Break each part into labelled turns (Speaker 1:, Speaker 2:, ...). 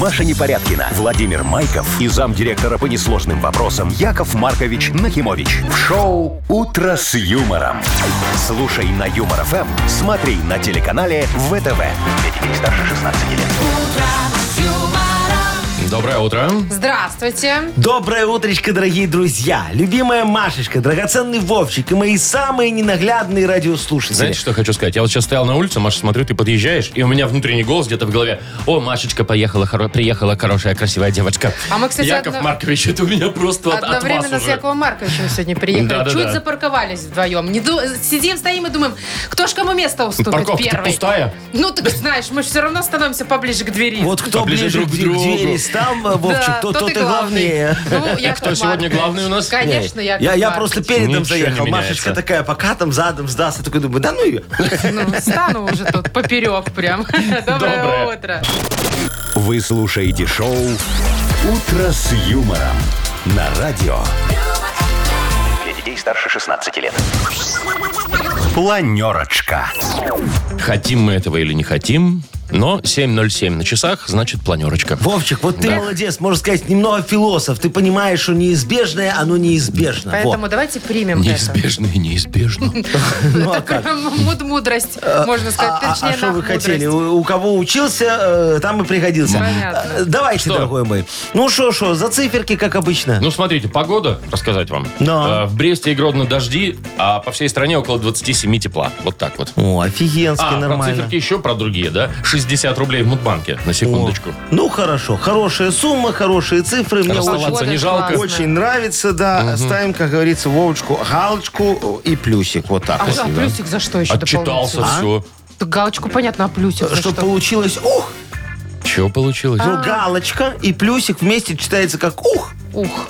Speaker 1: Маша Непорядкина, Владимир Майков и замдиректора по несложным вопросам Яков Маркович Нахимович. В шоу «Утро с юмором». Слушай на Юмор ФМ, смотри на телеканале ВТВ. детей старше 16 лет.
Speaker 2: Доброе утро.
Speaker 3: Здравствуйте.
Speaker 4: Доброе утречко, дорогие друзья! Любимая Машечка, драгоценный Вовчик и мои самые ненаглядные радиослушатели.
Speaker 2: Знаете, что хочу сказать? Я вот сейчас стоял на улице, Маша, смотрю, ты подъезжаешь, и у меня внутренний голос где-то в голове. О, Машечка, поехала, хоро- приехала хорошая, красивая девочка.
Speaker 3: А мы, кстати,
Speaker 2: Яков
Speaker 3: одно-
Speaker 2: Маркович, это у меня просто от- от, вас
Speaker 3: Одновременно с
Speaker 2: уже.
Speaker 3: Яковом Марковичем сегодня приехали.
Speaker 2: Да-да-да.
Speaker 3: Чуть запарковались вдвоем. Не ду- Сидим, стоим и думаем, кто ж кому место уступит
Speaker 2: Парковка-то
Speaker 3: первый.
Speaker 2: пустая.
Speaker 3: Ну, так знаешь, мы же все равно становимся поближе к двери.
Speaker 4: Вот кто
Speaker 2: Поближе
Speaker 4: ближе
Speaker 2: а друг
Speaker 4: к
Speaker 2: к другу.
Speaker 4: двери стал, э, Вовчик,
Speaker 3: Да,
Speaker 4: тот,
Speaker 3: тот
Speaker 4: тот и главнее.
Speaker 3: Ну, Яков
Speaker 2: кто сегодня
Speaker 3: Маркович.
Speaker 2: главный у нас?
Speaker 3: Конечно,
Speaker 4: я,
Speaker 3: Яков
Speaker 4: я
Speaker 3: Маркович.
Speaker 4: просто передом
Speaker 2: Ничего
Speaker 4: заехал.
Speaker 2: не меняется.
Speaker 4: Машечка такая, пока там задом сдастся. Такой думаю, да ну ее.
Speaker 3: Ну, стану уже тут поперек прям.
Speaker 2: Доброе.
Speaker 3: Доброе утро.
Speaker 1: Вы слушаете шоу «Утро с юмором» на радио. Для детей старше 16 лет. Планерочка.
Speaker 2: Хотим мы этого или не хотим, но 7.07 на часах, значит, планерочка.
Speaker 4: Вовчик, вот ты
Speaker 2: Да.
Speaker 4: молодец, можно сказать, немного философ. Ты понимаешь, что неизбежное, оно неизбежно. Во.
Speaker 3: Поэтому давайте примем это.
Speaker 2: Неизбежно и неизбежно.
Speaker 4: Ну, а
Speaker 3: Это
Speaker 4: как?
Speaker 3: прям муд- мудрость, можно сказать.
Speaker 4: А- А
Speaker 3: Точнее,
Speaker 4: что вы
Speaker 3: нахмудрость.
Speaker 4: хотели? У у кого учился, э, там и пригодился.
Speaker 3: Понятно.
Speaker 4: Э, Давайте,
Speaker 2: Что?
Speaker 4: дорогой мой. Ну что, что, за циферки, как обычно.
Speaker 2: Ну, смотрите, погода, рассказать вам.
Speaker 4: Да.
Speaker 2: Э, В Бресте и Гродно дожди, а по всей стране около 27 тепла. Вот так вот.
Speaker 4: О, офигенски,
Speaker 2: А, про
Speaker 4: нормально.
Speaker 2: циферки еще, про другие, да? 60 рублей в Мудбанке, на секундочку.
Speaker 4: Ну хорошо, хорошая сумма, хорошие цифры. Мне
Speaker 2: Расслабляться
Speaker 4: очень,
Speaker 3: Погода
Speaker 2: не жалко.
Speaker 3: классная.
Speaker 4: очень
Speaker 5: Очень нравится, да. Ставим, как говорится, Вовочку, галочку и плюсик. Вот так.
Speaker 3: А за плюсик за что еще
Speaker 2: Отчитался,
Speaker 3: дополнительно?
Speaker 2: все.
Speaker 3: Да Галочку, понятно, а плюсик за
Speaker 4: Э, что
Speaker 3: что? А.
Speaker 4: получилось ух,
Speaker 2: Че получилось?
Speaker 4: ну галочка и плюсик вместе читается как ух.
Speaker 3: Ух.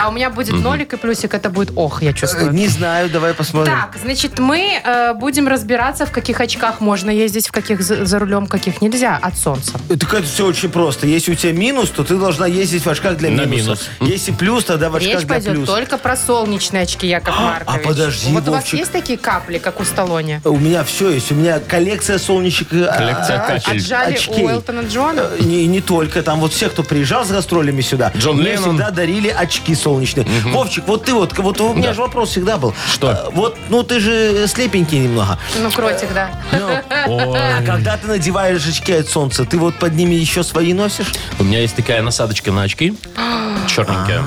Speaker 3: А у меня будет нолик и плюсик, это будет ох, я
Speaker 4: Э,
Speaker 3: чувствую.
Speaker 4: Не знаю, давай посмотрим.
Speaker 3: Так, значит, мы э, будем разбираться, в каких очках можно ездить, в каких за, за рулем, каких нельзя от солнца.
Speaker 4: Э, Так это все очень просто. Если у тебя минус, то ты должна ездить в очках для
Speaker 2: На
Speaker 4: минуса. Если плюс, тогда в очках
Speaker 3: Речь
Speaker 4: для
Speaker 3: пойдет
Speaker 4: плюса.
Speaker 3: только про солнечные очки, Яков Маркович.
Speaker 4: подожди,
Speaker 3: Вот у вас
Speaker 4: Вовчик.
Speaker 3: есть такие капли, как у Сталлоне?
Speaker 4: У меня все есть. У меня коллекция солнечек. э,
Speaker 2: Коллекция
Speaker 4: а,
Speaker 2: капель.
Speaker 3: Отжали
Speaker 4: очки.
Speaker 3: у Элтона Джона?
Speaker 4: Э, Не, не только. Там вот все, кто приезжал с гастролями сюда,
Speaker 2: Джон
Speaker 4: мне
Speaker 2: Леннон.
Speaker 4: всегда дарили очки солнечные. Вовчик, вот ты вот, вот у меня
Speaker 2: Да.
Speaker 4: же вопрос всегда был.
Speaker 2: Что?
Speaker 4: Э, Вот, ну ты же слепенький немного.
Speaker 3: Ну, кротик, да.
Speaker 4: А когда ты надеваешь очки от солнца, ты вот под ними еще свои носишь?
Speaker 2: У меня есть такая насадочка на очки.
Speaker 4: А,
Speaker 2: Черненькая.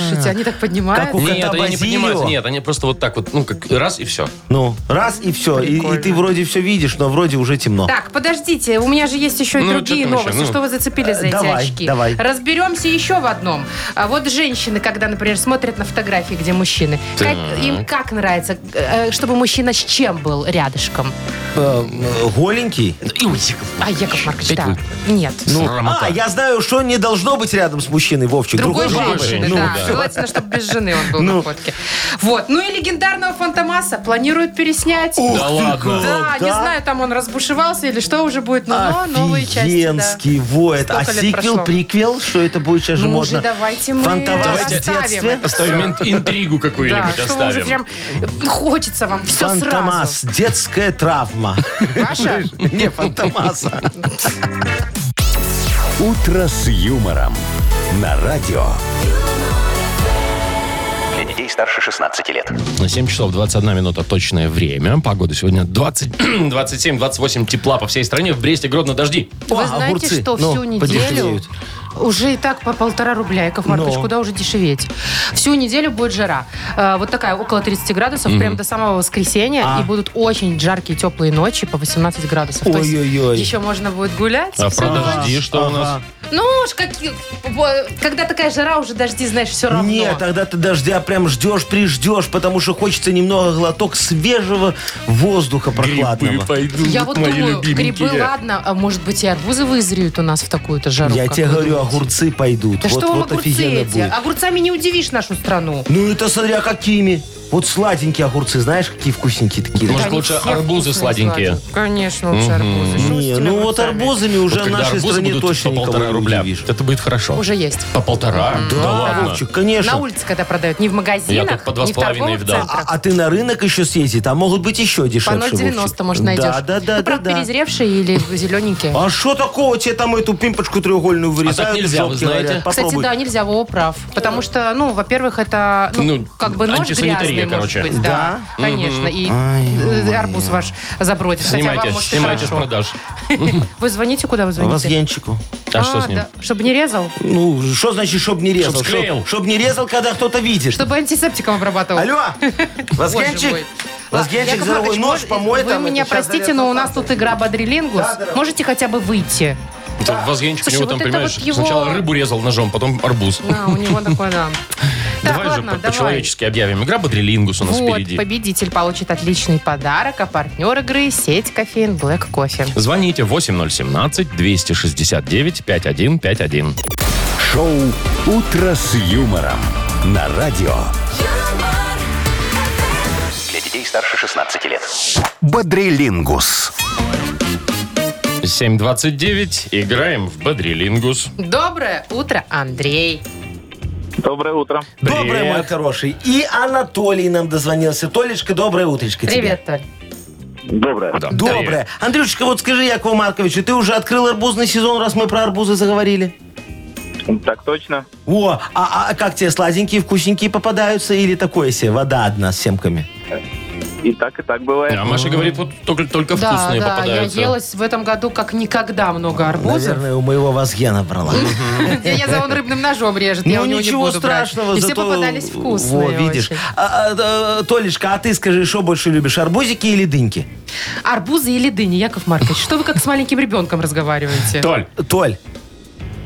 Speaker 3: Слушайте, они так
Speaker 4: Как у-
Speaker 3: поднимаются.
Speaker 2: Нет, они не
Speaker 4: Базилио.
Speaker 2: поднимаются. Нет, они просто вот так вот, ну, как раз и все.
Speaker 4: Ну, раз и все. И, и ты
Speaker 3: Прикольно.
Speaker 4: вроде все видишь, но вроде уже темно.
Speaker 3: Так, подождите, у меня же есть еще и
Speaker 2: Ну,
Speaker 3: другие
Speaker 2: что там еще?
Speaker 3: новости.
Speaker 2: Ну.
Speaker 3: Что вы зацепили за
Speaker 4: Э,
Speaker 3: эти
Speaker 4: давай,
Speaker 3: очки?
Speaker 4: давай.
Speaker 3: Разберемся еще в одном. А вот женщины, когда, например, смотрят на фотографии, где мужчины, как- им как нравится, э, чтобы мужчина с чем был рядышком?
Speaker 4: Э, э, голенький.
Speaker 2: И усиков.
Speaker 3: А, Яков Маркович,
Speaker 2: Опять
Speaker 3: да. Нет.
Speaker 2: Ну,
Speaker 4: А, я знаю, что не должно быть рядом с мужчиной, Вовчик.
Speaker 3: Другой
Speaker 2: другой
Speaker 3: женщины,
Speaker 2: женщины,
Speaker 3: да.
Speaker 2: ну, да.
Speaker 3: Желательно, чтобы без жены он был на
Speaker 4: Ну.
Speaker 3: фотке. Вот. Ну и легендарного Фантомаса планируют переснять.
Speaker 2: Да ладно.
Speaker 3: Да, не знаю, там он разбушевался или что уже будет, но, но новые Ну, части. да.
Speaker 4: Ну, Офигенский, во, это. А
Speaker 3: Сколько лет
Speaker 4: сиквел,
Speaker 3: прошло?
Speaker 4: приквел, что это будет сейчас же
Speaker 3: Ну
Speaker 4: модно?
Speaker 3: уже давайте мы
Speaker 4: Фантомас
Speaker 2: Давайте.
Speaker 4: в детстве?
Speaker 3: оставим.
Speaker 2: Оставим ин- интригу
Speaker 3: Да,
Speaker 2: какую-нибудь
Speaker 3: что вы уже
Speaker 2: оставим.
Speaker 3: прям э, хочется вам все
Speaker 4: Фантомас,
Speaker 3: сразу.
Speaker 4: детская травма.
Speaker 3: Ваша?
Speaker 4: Не, Фантомаса.
Speaker 1: Утро с юмором на радио. Для детей старше 16 лет.
Speaker 2: 7 часов 21 минута точное время. Погода сегодня 20, 27-28 тепла по всей стране. В Бресте, Гродно дожди.
Speaker 3: Вы
Speaker 4: О,
Speaker 3: знаете,
Speaker 4: огурцы.
Speaker 3: что
Speaker 4: Ну,
Speaker 3: всю неделю
Speaker 4: подешевеют.
Speaker 3: уже и так по полтора рубля, Яков Маркович,
Speaker 4: Ну.
Speaker 3: куда уже дешеветь. Всю неделю будет жара. Э, вот такая, около 30 градусов, прям до самого воскресенья.
Speaker 4: А.
Speaker 3: И будут очень жаркие теплые ночи по 18 градусов. То есть
Speaker 4: Ой-ой-ой.
Speaker 3: Еще можно будет гулять.
Speaker 2: А
Speaker 3: всё
Speaker 2: про
Speaker 3: нормально.
Speaker 2: дожди что у нас?
Speaker 4: Ага.
Speaker 3: Ну уж, какие- когда такая жара, уже дожди, знаешь, все равно.
Speaker 4: Нет, а тогда ты дождя прям ждешь, приждешь, потому что хочется немного глоток свежего воздуха прохладного.
Speaker 2: пойдут,
Speaker 3: Я вот думаю, грибы, ладно, а может быть и арбузы вызреют у нас в такую-то жару.
Speaker 4: Я
Speaker 3: как
Speaker 4: тебе
Speaker 3: вы
Speaker 4: говорю,
Speaker 3: думаете?
Speaker 4: огурцы пойдут.
Speaker 3: Да
Speaker 4: Вот
Speaker 3: что вам
Speaker 4: вот
Speaker 3: огурцы
Speaker 4: офигенно
Speaker 3: эти?
Speaker 4: будет.
Speaker 3: Огурцами не удивишь нашу страну.
Speaker 4: Ну это смотря какими. Вот сладенькие огурцы, знаешь, какие вкусненькие такие?
Speaker 2: Может,
Speaker 3: они
Speaker 2: лучше
Speaker 3: все
Speaker 2: арбузы
Speaker 3: вкусные,
Speaker 2: сладенькие?
Speaker 3: Конечно, лучше арбузы. Что вы с
Speaker 4: Не,
Speaker 3: этими
Speaker 4: ну вот
Speaker 3: огурцами?
Speaker 4: арбузами
Speaker 2: Вот
Speaker 4: уже в
Speaker 2: когда
Speaker 4: нашей
Speaker 2: арбузы
Speaker 4: стране
Speaker 2: будут
Speaker 4: точно
Speaker 2: по
Speaker 4: никого
Speaker 2: полтора
Speaker 4: не
Speaker 2: рубля,
Speaker 4: удивишь.
Speaker 2: это будет хорошо.
Speaker 3: Уже есть.
Speaker 2: По полтора? Да,
Speaker 4: Да,
Speaker 2: ладно.
Speaker 4: Вовчик,
Speaker 3: На
Speaker 4: конечно.
Speaker 3: улице, когда продают, не в
Speaker 2: Я
Speaker 3: магазинах,
Speaker 2: тут по два с
Speaker 3: не в
Speaker 2: половиной
Speaker 3: торговых
Speaker 2: видал.
Speaker 4: А,
Speaker 3: центрах.
Speaker 4: а ты на рынок еще съезди, там могут быть еще
Speaker 3: По
Speaker 4: дешевле.
Speaker 3: 0,90, может, найдешь.
Speaker 4: Да, да, да,
Speaker 3: Ну,
Speaker 4: да.
Speaker 3: правда,
Speaker 4: да.
Speaker 3: перезревшие или зелененькие.
Speaker 4: А что такого? Тебе там эту пимпочку треугольную вырезают.
Speaker 2: А нельзя, вы
Speaker 4: в жопке
Speaker 2: знаете.
Speaker 4: говорят,
Speaker 3: Кстати,
Speaker 4: попробуй.
Speaker 3: да, нельзя, Вова прав. Потому что, ну, во-первых, это, ну,
Speaker 2: Ну,
Speaker 3: как бы нож
Speaker 2: антисанитария,
Speaker 3: грязный,
Speaker 2: короче.
Speaker 3: может быть, да. Конечно, и э, арбуз ваш забродит. Хотя вам,
Speaker 2: Снимайте,
Speaker 3: может, и
Speaker 2: снимайте с
Speaker 3: хорошо.
Speaker 2: продаж.
Speaker 3: Вы звоните, куда вы звоните?
Speaker 4: Возгенчику.
Speaker 2: А что с ним?
Speaker 3: да, Чтобы не резал?
Speaker 4: Ну, что значит, чтоб не резал?
Speaker 2: Чтоб склеил.
Speaker 4: Чтоб, чтоб не резал, когда кто-то видит.
Speaker 3: Чтобы антисептиком обрабатывал.
Speaker 4: Алло,
Speaker 3: Боже
Speaker 4: Возгенчик?
Speaker 3: мой.
Speaker 4: Возгенчик
Speaker 3: Яков
Speaker 4: за
Speaker 3: Маркович,
Speaker 4: дорогой нож
Speaker 3: мож-
Speaker 4: помой
Speaker 3: Вы
Speaker 4: там.
Speaker 3: меня
Speaker 4: это щас
Speaker 3: простите, но у нас тут игра Бодрилингус. Можете хотя бы выйти?
Speaker 2: Это Возгенчик у
Speaker 3: Слушай,
Speaker 2: него
Speaker 3: вот
Speaker 2: там,
Speaker 3: это
Speaker 2: понимаешь,
Speaker 3: вот его-
Speaker 2: сначала рыбу резал ножом, потом арбуз.
Speaker 3: Да, у него такое, да. Так,
Speaker 2: давай
Speaker 3: ладно,
Speaker 2: же по-
Speaker 3: давай.
Speaker 2: по-человечески объявим. Игра Бодрилингус у нас
Speaker 3: Вот,
Speaker 2: впереди.
Speaker 3: победитель получит отличный подарок, а партнер игры – сеть кофеин Black Кофе.
Speaker 2: Звоните 8017-269-5151.
Speaker 1: Шоу «Утро с юмором» на радио.
Speaker 6: юмор,
Speaker 7: Для детей старше 16 лет.
Speaker 1: Бодрилингус.
Speaker 2: 7.29. Играем в Бодрилингус.
Speaker 3: Доброе утро, Андрей.
Speaker 8: Доброе утро.
Speaker 4: Доброе, мой
Speaker 2: Привет.
Speaker 4: хороший. И Анатолий нам дозвонился. Толечка, доброе утречко тебе.
Speaker 3: Привет, Толь.
Speaker 8: Доброе.
Speaker 2: Да, привет.
Speaker 4: Доброе. Андрюшечка, вот скажи, Якову Марковичу, ты уже открыл арбузный сезон, раз мы про арбузы заговорили?
Speaker 8: Так точно.
Speaker 4: О, а, а как тебе, сладенькие, вкусненькие попадаются? Или такое себе, вода одна с семками?
Speaker 8: И так, и так бывает.
Speaker 2: А Маша говорит, вот только, только
Speaker 3: Да,
Speaker 2: вкусные
Speaker 3: да, я
Speaker 2: попадаются.
Speaker 3: елась в этом году как никогда много арбузов.
Speaker 4: Наверное, у моего возгена брала.
Speaker 3: Я за он рыбным ножом режет, я у
Speaker 4: Ну
Speaker 3: него не
Speaker 4: ничего
Speaker 3: буду брать.
Speaker 4: страшного,
Speaker 3: И все
Speaker 4: зато-
Speaker 3: попадались вкусные.
Speaker 4: Во, видишь.
Speaker 3: очень.
Speaker 4: А, а, а, Толечка, а ты скажи, что больше любишь, арбузики или дыньки?
Speaker 3: Арбузы или дыни, Яков Маркович, что вы как с маленьким ребенком разговариваете?
Speaker 2: Толь,
Speaker 4: Толь,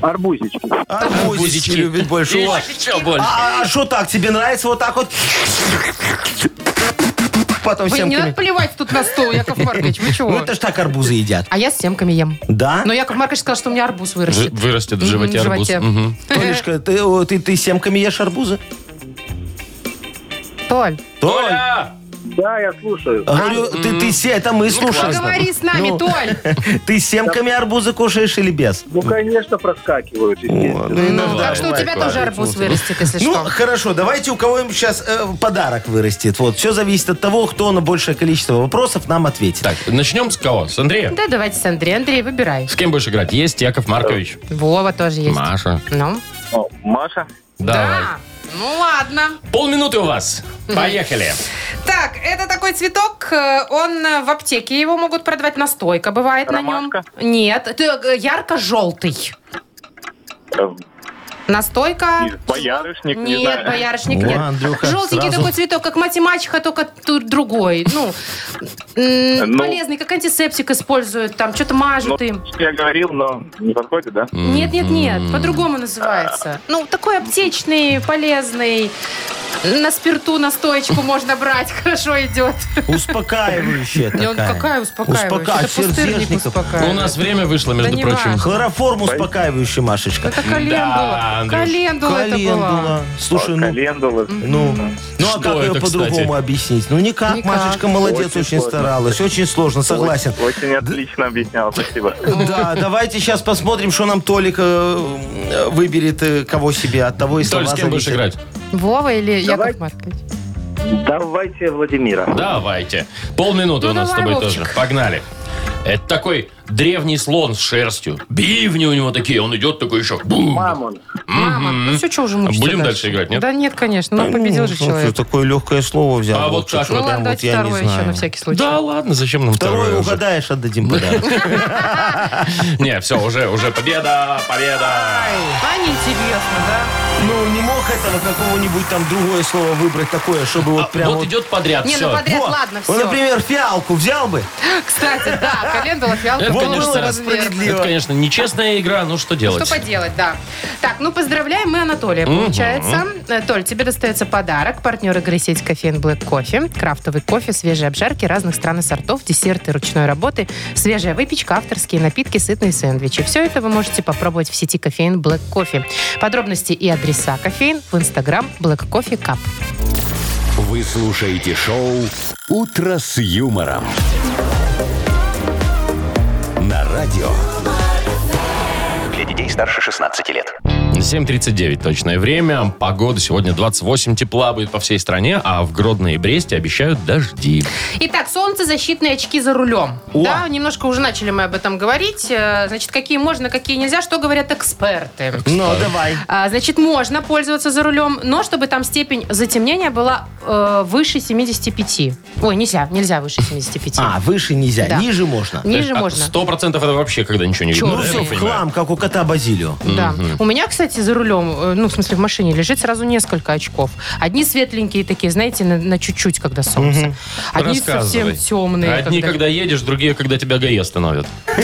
Speaker 8: Арбузички.
Speaker 4: арбузики любит больше.
Speaker 2: и
Speaker 4: Вот.
Speaker 2: еще больше.
Speaker 4: А что так, тебе нравится вот так вот? Потом
Speaker 3: Вы не надо
Speaker 4: семками.
Speaker 3: плевать тут на стол, Яков Маркович, вы
Speaker 4: Ну
Speaker 3: чего?
Speaker 4: это ж так арбузы едят.
Speaker 3: А я с темками ем.
Speaker 4: Да?
Speaker 3: Но Яков Маркович сказал, что у меня арбуз
Speaker 2: Ж-
Speaker 3: вырастет.
Speaker 2: Вырастет в
Speaker 3: Мгм,
Speaker 2: животе арбуз. Мгм.
Speaker 3: э.
Speaker 4: Толечка, ты, о, ты, ты семками ешь арбузы?
Speaker 3: Толь,
Speaker 4: Толь,
Speaker 2: Толя!
Speaker 8: Да, я слушаю.
Speaker 4: говорю, ты, ты, се- это мы слушаем.
Speaker 3: поговори с нами,
Speaker 4: Ну.
Speaker 3: Толь.
Speaker 4: Ты семками арбузы кушаешь или без?
Speaker 8: Ну, конечно, проскакивают, естественно.
Speaker 3: Ну, так что у тебя
Speaker 2: бывает.
Speaker 3: тоже арбуз вырастет, если
Speaker 4: Ну,
Speaker 3: что.
Speaker 4: хорошо, давайте у кого нибудь сейчас подарок вырастет. Вот, все зависит от того, кто на большее количество вопросов нам ответит.
Speaker 2: Так, начнем с кого? С Андрея?
Speaker 3: Да, давайте с Андреем. Андрей, выбирай.
Speaker 2: С кем будешь играть? Есть Яков Маркович.
Speaker 3: Вова тоже есть.
Speaker 2: Маша.
Speaker 3: Ну?
Speaker 8: О, Маша.
Speaker 2: Давай.
Speaker 3: Да. Ну ладно.
Speaker 2: Полминуты у вас. Поехали.
Speaker 3: Так, это такой цветок, э, он э, в аптеке, его могут продавать настойка, бывает
Speaker 8: Ромашка?
Speaker 3: на нем. Нет, это, э, ярко-желтый.
Speaker 8: Э,
Speaker 3: Настойка.
Speaker 8: Не, боярышник, не
Speaker 3: А нет,
Speaker 8: знаю.
Speaker 3: боярышник
Speaker 4: О,
Speaker 3: нет.
Speaker 4: Андрюха,
Speaker 3: Желтенький
Speaker 4: сразу.
Speaker 3: такой цветок, как математика, только тут другой. Ну, м,
Speaker 8: Ну.
Speaker 3: полезный, как антисептик используют, там что-то
Speaker 8: ну,
Speaker 3: мажут им.
Speaker 8: я говорил, но не подходит, да?
Speaker 3: Нет, нет, нет, по-другому называется. Ну, такой аптечный, полезный. На спирту настоечку можно брать, хорошо идет.
Speaker 4: Успокаивающая
Speaker 3: Не, он
Speaker 4: такая.
Speaker 3: какая успокаивающая?
Speaker 4: Успокаивает,
Speaker 3: Это пустырник
Speaker 4: сердечников.
Speaker 2: У
Speaker 3: успокаивает.
Speaker 2: нас время вышло,
Speaker 3: Да
Speaker 2: между
Speaker 3: не
Speaker 2: прочим.
Speaker 3: важно.
Speaker 4: Хлороформ успокаивающий, Машечка.
Speaker 3: Это календула.
Speaker 2: Андрюш.
Speaker 3: Календула Ну, это была.
Speaker 4: Календула. Слушай, ну...
Speaker 8: Календулы.
Speaker 4: Ну, ну а
Speaker 2: Что
Speaker 4: как
Speaker 2: это,
Speaker 4: ее по-другому
Speaker 2: кстати?
Speaker 4: объяснить? Ну никак,
Speaker 3: Никак.
Speaker 4: Машечка молодец, очень,
Speaker 8: Очень сложно.
Speaker 4: старалась, очень сложно, согласен.
Speaker 8: Очень, очень отлично объяснял, спасибо.
Speaker 4: Да, давайте сейчас посмотрим, что нам Толик э, э, выберет, э, кого себе, от того и
Speaker 2: Толь,
Speaker 4: слова
Speaker 2: с кем будешь
Speaker 4: зависит.
Speaker 2: играть?
Speaker 3: Вова или
Speaker 8: Давай.
Speaker 3: Яков Маркович?
Speaker 8: Давайте Владимира.
Speaker 2: Давайте. Полминуты
Speaker 3: Ну,
Speaker 2: у нас с
Speaker 3: давай,
Speaker 2: тобой
Speaker 3: Вовчик.
Speaker 2: тоже. Погнали. Это такой древний слон с шерстью. Бивни у него такие. Он идет такой еще. Бум.
Speaker 8: Мамон.
Speaker 3: Мама, ну все, что уже мучиться
Speaker 2: Будем дальше играть, нет?
Speaker 3: Да нет, конечно, ну победил же
Speaker 4: Ну, слушай,
Speaker 3: человек.
Speaker 4: Такое легкое слово взял.
Speaker 2: А вот
Speaker 4: Вовчик,
Speaker 2: так
Speaker 4: что
Speaker 3: Ну
Speaker 2: вот
Speaker 4: прям
Speaker 3: ладно, давайте
Speaker 4: я не
Speaker 3: второе еще
Speaker 4: знаю.
Speaker 3: на всякий случай.
Speaker 2: Да ладно, зачем нам второе?
Speaker 4: Второе
Speaker 2: уже?
Speaker 4: угадаешь, отдадим подарок.
Speaker 2: Не, все, уже, уже победа, победа.
Speaker 3: А неинтересно,
Speaker 4: Ну, не мог этого какого-нибудь там другое слово выбрать такое, чтобы вот прям
Speaker 2: А, Вот
Speaker 4: вот...
Speaker 2: идет подряд,
Speaker 3: да? Не, ну
Speaker 2: все.
Speaker 3: подряд,
Speaker 4: Во,
Speaker 3: ладно,
Speaker 4: вот,
Speaker 3: все.
Speaker 4: например, фиалку взял бы.
Speaker 3: Кстати, да, календула, фиалка.
Speaker 2: Это,
Speaker 3: было
Speaker 2: конечно,
Speaker 3: бы
Speaker 4: справедливо.
Speaker 3: верно.
Speaker 2: Это, конечно, нечестная игра, ну что
Speaker 3: Что
Speaker 2: делать?
Speaker 3: поделать, да. Так, ну поздравляем мы Анатолия, получается. Э, Толь, тебе достается подарок. Партнер игры сеть кофеин Black Кофе. Крафтовый кофе, свежие обжарки разных стран и сортов, десерты ручной работы, свежая выпечка, авторские напитки, сытные сэндвичи. Все это вы можете попробовать в сети кофеин Black Кофе. Подробности и адреса кофеин в инстаграм Black Coffee Cup.
Speaker 1: Вы слушаете шоу «Утро с юмором». На радио.
Speaker 7: Для детей старше 16 лет.
Speaker 2: 7.39 точное время. Погода сегодня 28 тепла будет по всей стране, а в Гродно и Бресте обещают дожди.
Speaker 3: Итак, солнцезащитные очки за рулем.
Speaker 4: О!
Speaker 3: Да, немножко уже начали мы об этом говорить. Э, Значит, какие можно, какие нельзя, что говорят эксперты.
Speaker 4: Ну, давай.
Speaker 3: А, Значит, можно пользоваться за рулем, но чтобы там степень затемнения была э, выше 75. Ой, нельзя, нельзя выше 75.
Speaker 4: А, выше нельзя,
Speaker 3: Да.
Speaker 4: ниже можно.
Speaker 3: Ниже
Speaker 2: А
Speaker 3: можно.
Speaker 2: Сто процентов это вообще когда ничего не видно.
Speaker 3: Чёрт.
Speaker 4: Ну
Speaker 2: да, я
Speaker 4: все,
Speaker 2: так
Speaker 4: в
Speaker 2: понимаю?
Speaker 4: хлам, как у кота Базилио.
Speaker 3: Да. У меня, кстати, за рулем, э, ну, в смысле, в машине лежит сразу несколько очков. Одни светленькие такие, знаете, на, на чуть-чуть, когда солнце. Одни
Speaker 2: Рассказывай.
Speaker 3: совсем темные.
Speaker 2: Одни, когда... едешь, другие, когда тебя ГАИ остановят.
Speaker 3: Так,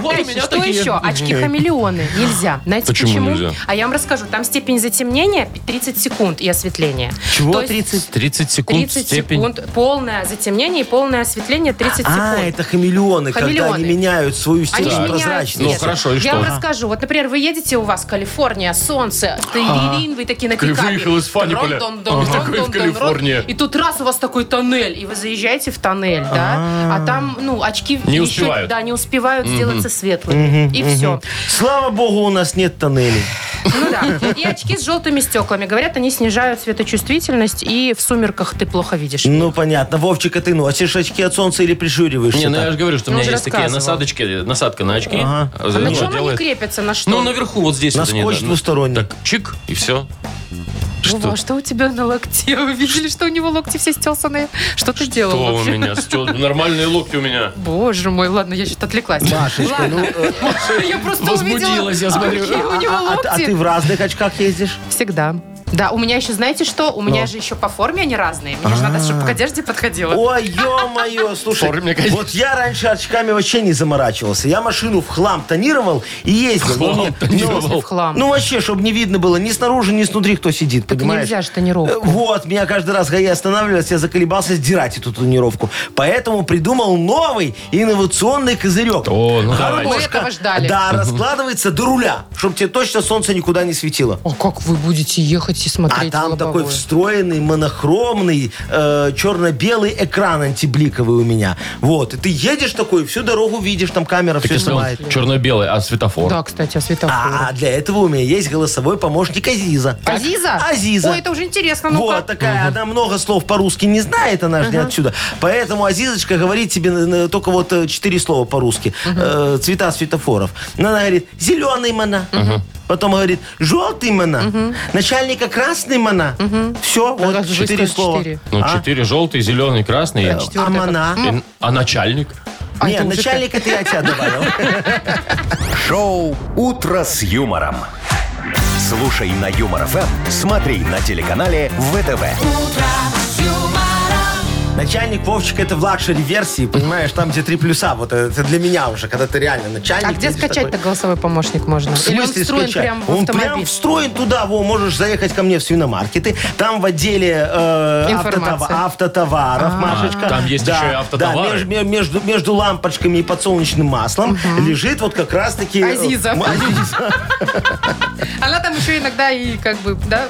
Speaker 2: вот у
Speaker 3: дальше,
Speaker 2: меня
Speaker 3: что
Speaker 2: такие.
Speaker 3: еще? Очки хамелеоны. Нельзя. Знаете
Speaker 2: Почему
Speaker 3: почему?
Speaker 2: нельзя?
Speaker 3: А я вам расскажу. Там степень затемнения 30 секунд и осветления.
Speaker 4: Чего
Speaker 3: То есть
Speaker 4: 30?
Speaker 2: 30 секунд
Speaker 3: 30
Speaker 2: степень.
Speaker 3: секунд. Полное затемнение и полное осветление 30
Speaker 4: А,
Speaker 3: секунд.
Speaker 4: это хамелеоны, когда
Speaker 3: Хамелеоны.
Speaker 4: они меняют свою
Speaker 3: Они же
Speaker 4: степень
Speaker 3: меняют
Speaker 4: прозрачности.
Speaker 2: Ну,
Speaker 3: цвет.
Speaker 2: хорошо, и
Speaker 3: Я
Speaker 2: что?
Speaker 3: вам
Speaker 2: Ага.
Speaker 3: расскажу. Вот, например, вы едете, у вас Калифорния, солнце, тырин, вы такие на
Speaker 2: Ты
Speaker 3: пикапе.
Speaker 2: выехал из Фаниполя.
Speaker 3: Трон-дон-дон,
Speaker 2: Ага. Такой в
Speaker 3: трон-дон-дон,
Speaker 2: Калифорнии.
Speaker 3: И тут раз у вас такой тоннель, и вы заезжаете в тоннель, да? А там, ну, очки...
Speaker 2: Не
Speaker 3: еще-
Speaker 2: успевают.
Speaker 3: Да, не успевают сделаться светлыми. И все.
Speaker 4: Ну, Слава богу, у нас нет тоннелей.
Speaker 3: Ну да. И очки с желтыми стеклами. Говорят, они снижают светочувствительность, и в сумерках ты плохо видишь.
Speaker 4: Ну, понятно. Вовчик, а ты носишь очки от солнца или прищуриваешься?
Speaker 2: Не, ну
Speaker 4: так?
Speaker 2: я же говорю, что у
Speaker 3: Ну,
Speaker 2: меня
Speaker 3: уже
Speaker 2: есть такие
Speaker 3: рассказывал.
Speaker 2: насадочки, насадка на очки.
Speaker 4: Ага.
Speaker 2: А
Speaker 3: А на
Speaker 2: ну,
Speaker 3: чем они
Speaker 2: делает-
Speaker 3: крепятся? На что?
Speaker 2: Ну, наверху, вот здесь.
Speaker 4: На
Speaker 2: вот они,
Speaker 4: скотч
Speaker 2: да, ну,
Speaker 4: двусторонний.
Speaker 2: Так, чик, и все.
Speaker 3: Вова, что у тебя на локте? Вы видели, что у него локти все стесанные? Что ты делал
Speaker 2: Что у
Speaker 3: вообще?
Speaker 2: меня? Стё- Нормальные локти у меня.
Speaker 3: Боже мой, ладно, я что-то отвлеклась.
Speaker 4: Машечка, ну, э,
Speaker 3: Я просто увидела.
Speaker 2: Возбудилась, я смотрю.
Speaker 3: какие у него
Speaker 4: а, а- а ты
Speaker 3: локти.
Speaker 4: в разных очках ездишь?
Speaker 3: Всегда. Да, у меня еще, знаете что? У
Speaker 4: Ну.
Speaker 3: меня же еще по форме они разные. Мне же надо,
Speaker 4: А.
Speaker 3: чтобы к одежде подходило.
Speaker 4: Ой, ё-моё,
Speaker 2: Форме,
Speaker 4: слушай,
Speaker 2: конечно.
Speaker 4: вот я раньше очками вообще не заморачивался. Я машину в хлам тонировал и ездил.
Speaker 2: В хлам
Speaker 4: Ну, мне-
Speaker 2: тонировал?
Speaker 3: В хлам.
Speaker 4: Ну, вообще, чтобы не видно было ни снаружи, ни снутри, кто сидит, понимаешь?
Speaker 3: нельзя же тонировку.
Speaker 4: Э, Вот, меня каждый раз, когда я останавливался, я заколебался сдирать эту тонировку. Поэтому придумал новый инновационный козырек.
Speaker 2: О, ну давайте.
Speaker 3: Мы этого ждали.
Speaker 4: Да, раскладывается до руля, чтобы тебе точно солнце никуда не светило.
Speaker 3: А как вы будете ехать и
Speaker 4: А
Speaker 3: смотреть в
Speaker 4: там такой
Speaker 3: лобовое?
Speaker 4: встроенный, монохромный, э, черно-белый экран антибликовый у меня. Вот. И ты едешь такой, всю дорогу видишь, там камера
Speaker 2: Так
Speaker 4: все
Speaker 2: если он
Speaker 4: снимает.
Speaker 2: черно-белый, а светофор?
Speaker 3: Да, кстати, а светофор.
Speaker 4: А для этого у меня есть голосовой помощник Азиза.
Speaker 3: Азиза?
Speaker 4: Азиза.
Speaker 3: Ой, это уже интересно.
Speaker 4: Вот
Speaker 3: Ну-ка.
Speaker 4: такая, она много слов по-русски не знает, она же не отсюда. Поэтому Азизочка говорит тебе на- на- только вот э, четыре слова по-русски. Э, цвета светофоров. Она говорит, зеленый мана. Потом говорит, желтый мана. Начальника красный мана. Все,
Speaker 3: как
Speaker 4: вот
Speaker 3: же
Speaker 4: четыре
Speaker 3: быстро
Speaker 4: слова.
Speaker 3: четыре.
Speaker 2: Ну,
Speaker 4: А?
Speaker 2: четыре желтый, зеленый, красный.
Speaker 3: Э,
Speaker 4: А, А мана?
Speaker 3: ну.
Speaker 2: И- А начальник?
Speaker 3: А
Speaker 4: Нет,
Speaker 3: это уже
Speaker 4: начальника ты от тебя добавил.
Speaker 1: Шоу «Утро с юмором». Слушай на Юмор ФМ, смотри на телеканале ВТВ.
Speaker 4: Начальник Вовчик это в лакшери версии, понимаешь, там где три плюса, вот это для меня уже, когда ты реально начальник.
Speaker 3: А где
Speaker 4: видишь такой.
Speaker 3: скачать-то голосовой помощник можно?
Speaker 4: В
Speaker 3: Или он
Speaker 4: смысле
Speaker 3: встроен
Speaker 4: скачать?
Speaker 3: прямо в
Speaker 4: Он
Speaker 3: автомобиль?
Speaker 4: прям встроен туда, во, можешь заехать ко мне в свиномаркеты, там в отделе э,
Speaker 3: Информация. А.
Speaker 4: автотова- автотоваров, Машечка.
Speaker 2: там есть
Speaker 4: Да,
Speaker 2: еще и автотовары.
Speaker 4: Да, меж- ме- между, между лампочками и подсолнечным маслом лежит вот как раз-таки... э,
Speaker 3: Азиза.
Speaker 4: м- Азиза.
Speaker 3: Она там еще иногда и как бы, да,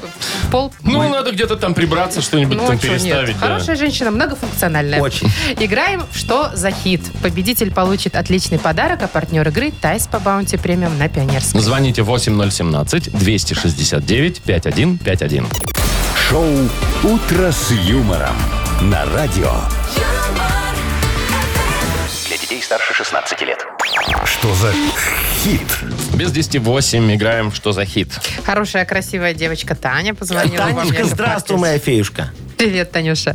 Speaker 3: пол...
Speaker 2: Ну, надо где-то там прибраться, что-нибудь
Speaker 3: Ну, а
Speaker 2: там
Speaker 3: чё
Speaker 2: переставить.
Speaker 3: нет?
Speaker 2: да.
Speaker 3: Хорошая женщина, многофункциональная.
Speaker 4: Очень.
Speaker 3: Играем в «Что за хит?». Победитель получит отличный подарок, а партнер игры «Тайс по баунти премиум» на Пионерской.
Speaker 2: Звоните 8017-269-5151.
Speaker 1: Шоу «Утро с юмором» на радио.
Speaker 6: юмор,
Speaker 7: Для детей старше 16 лет.
Speaker 1: Что за хит?
Speaker 2: Без 10-8 играем «Что за хит?».
Speaker 3: Хорошая, красивая девочка Таня позвонила. вам,
Speaker 4: Танечка,
Speaker 3: Яков
Speaker 4: здравствуй,
Speaker 3: Маркович.
Speaker 4: моя феюшка.
Speaker 3: Привет, Танюша.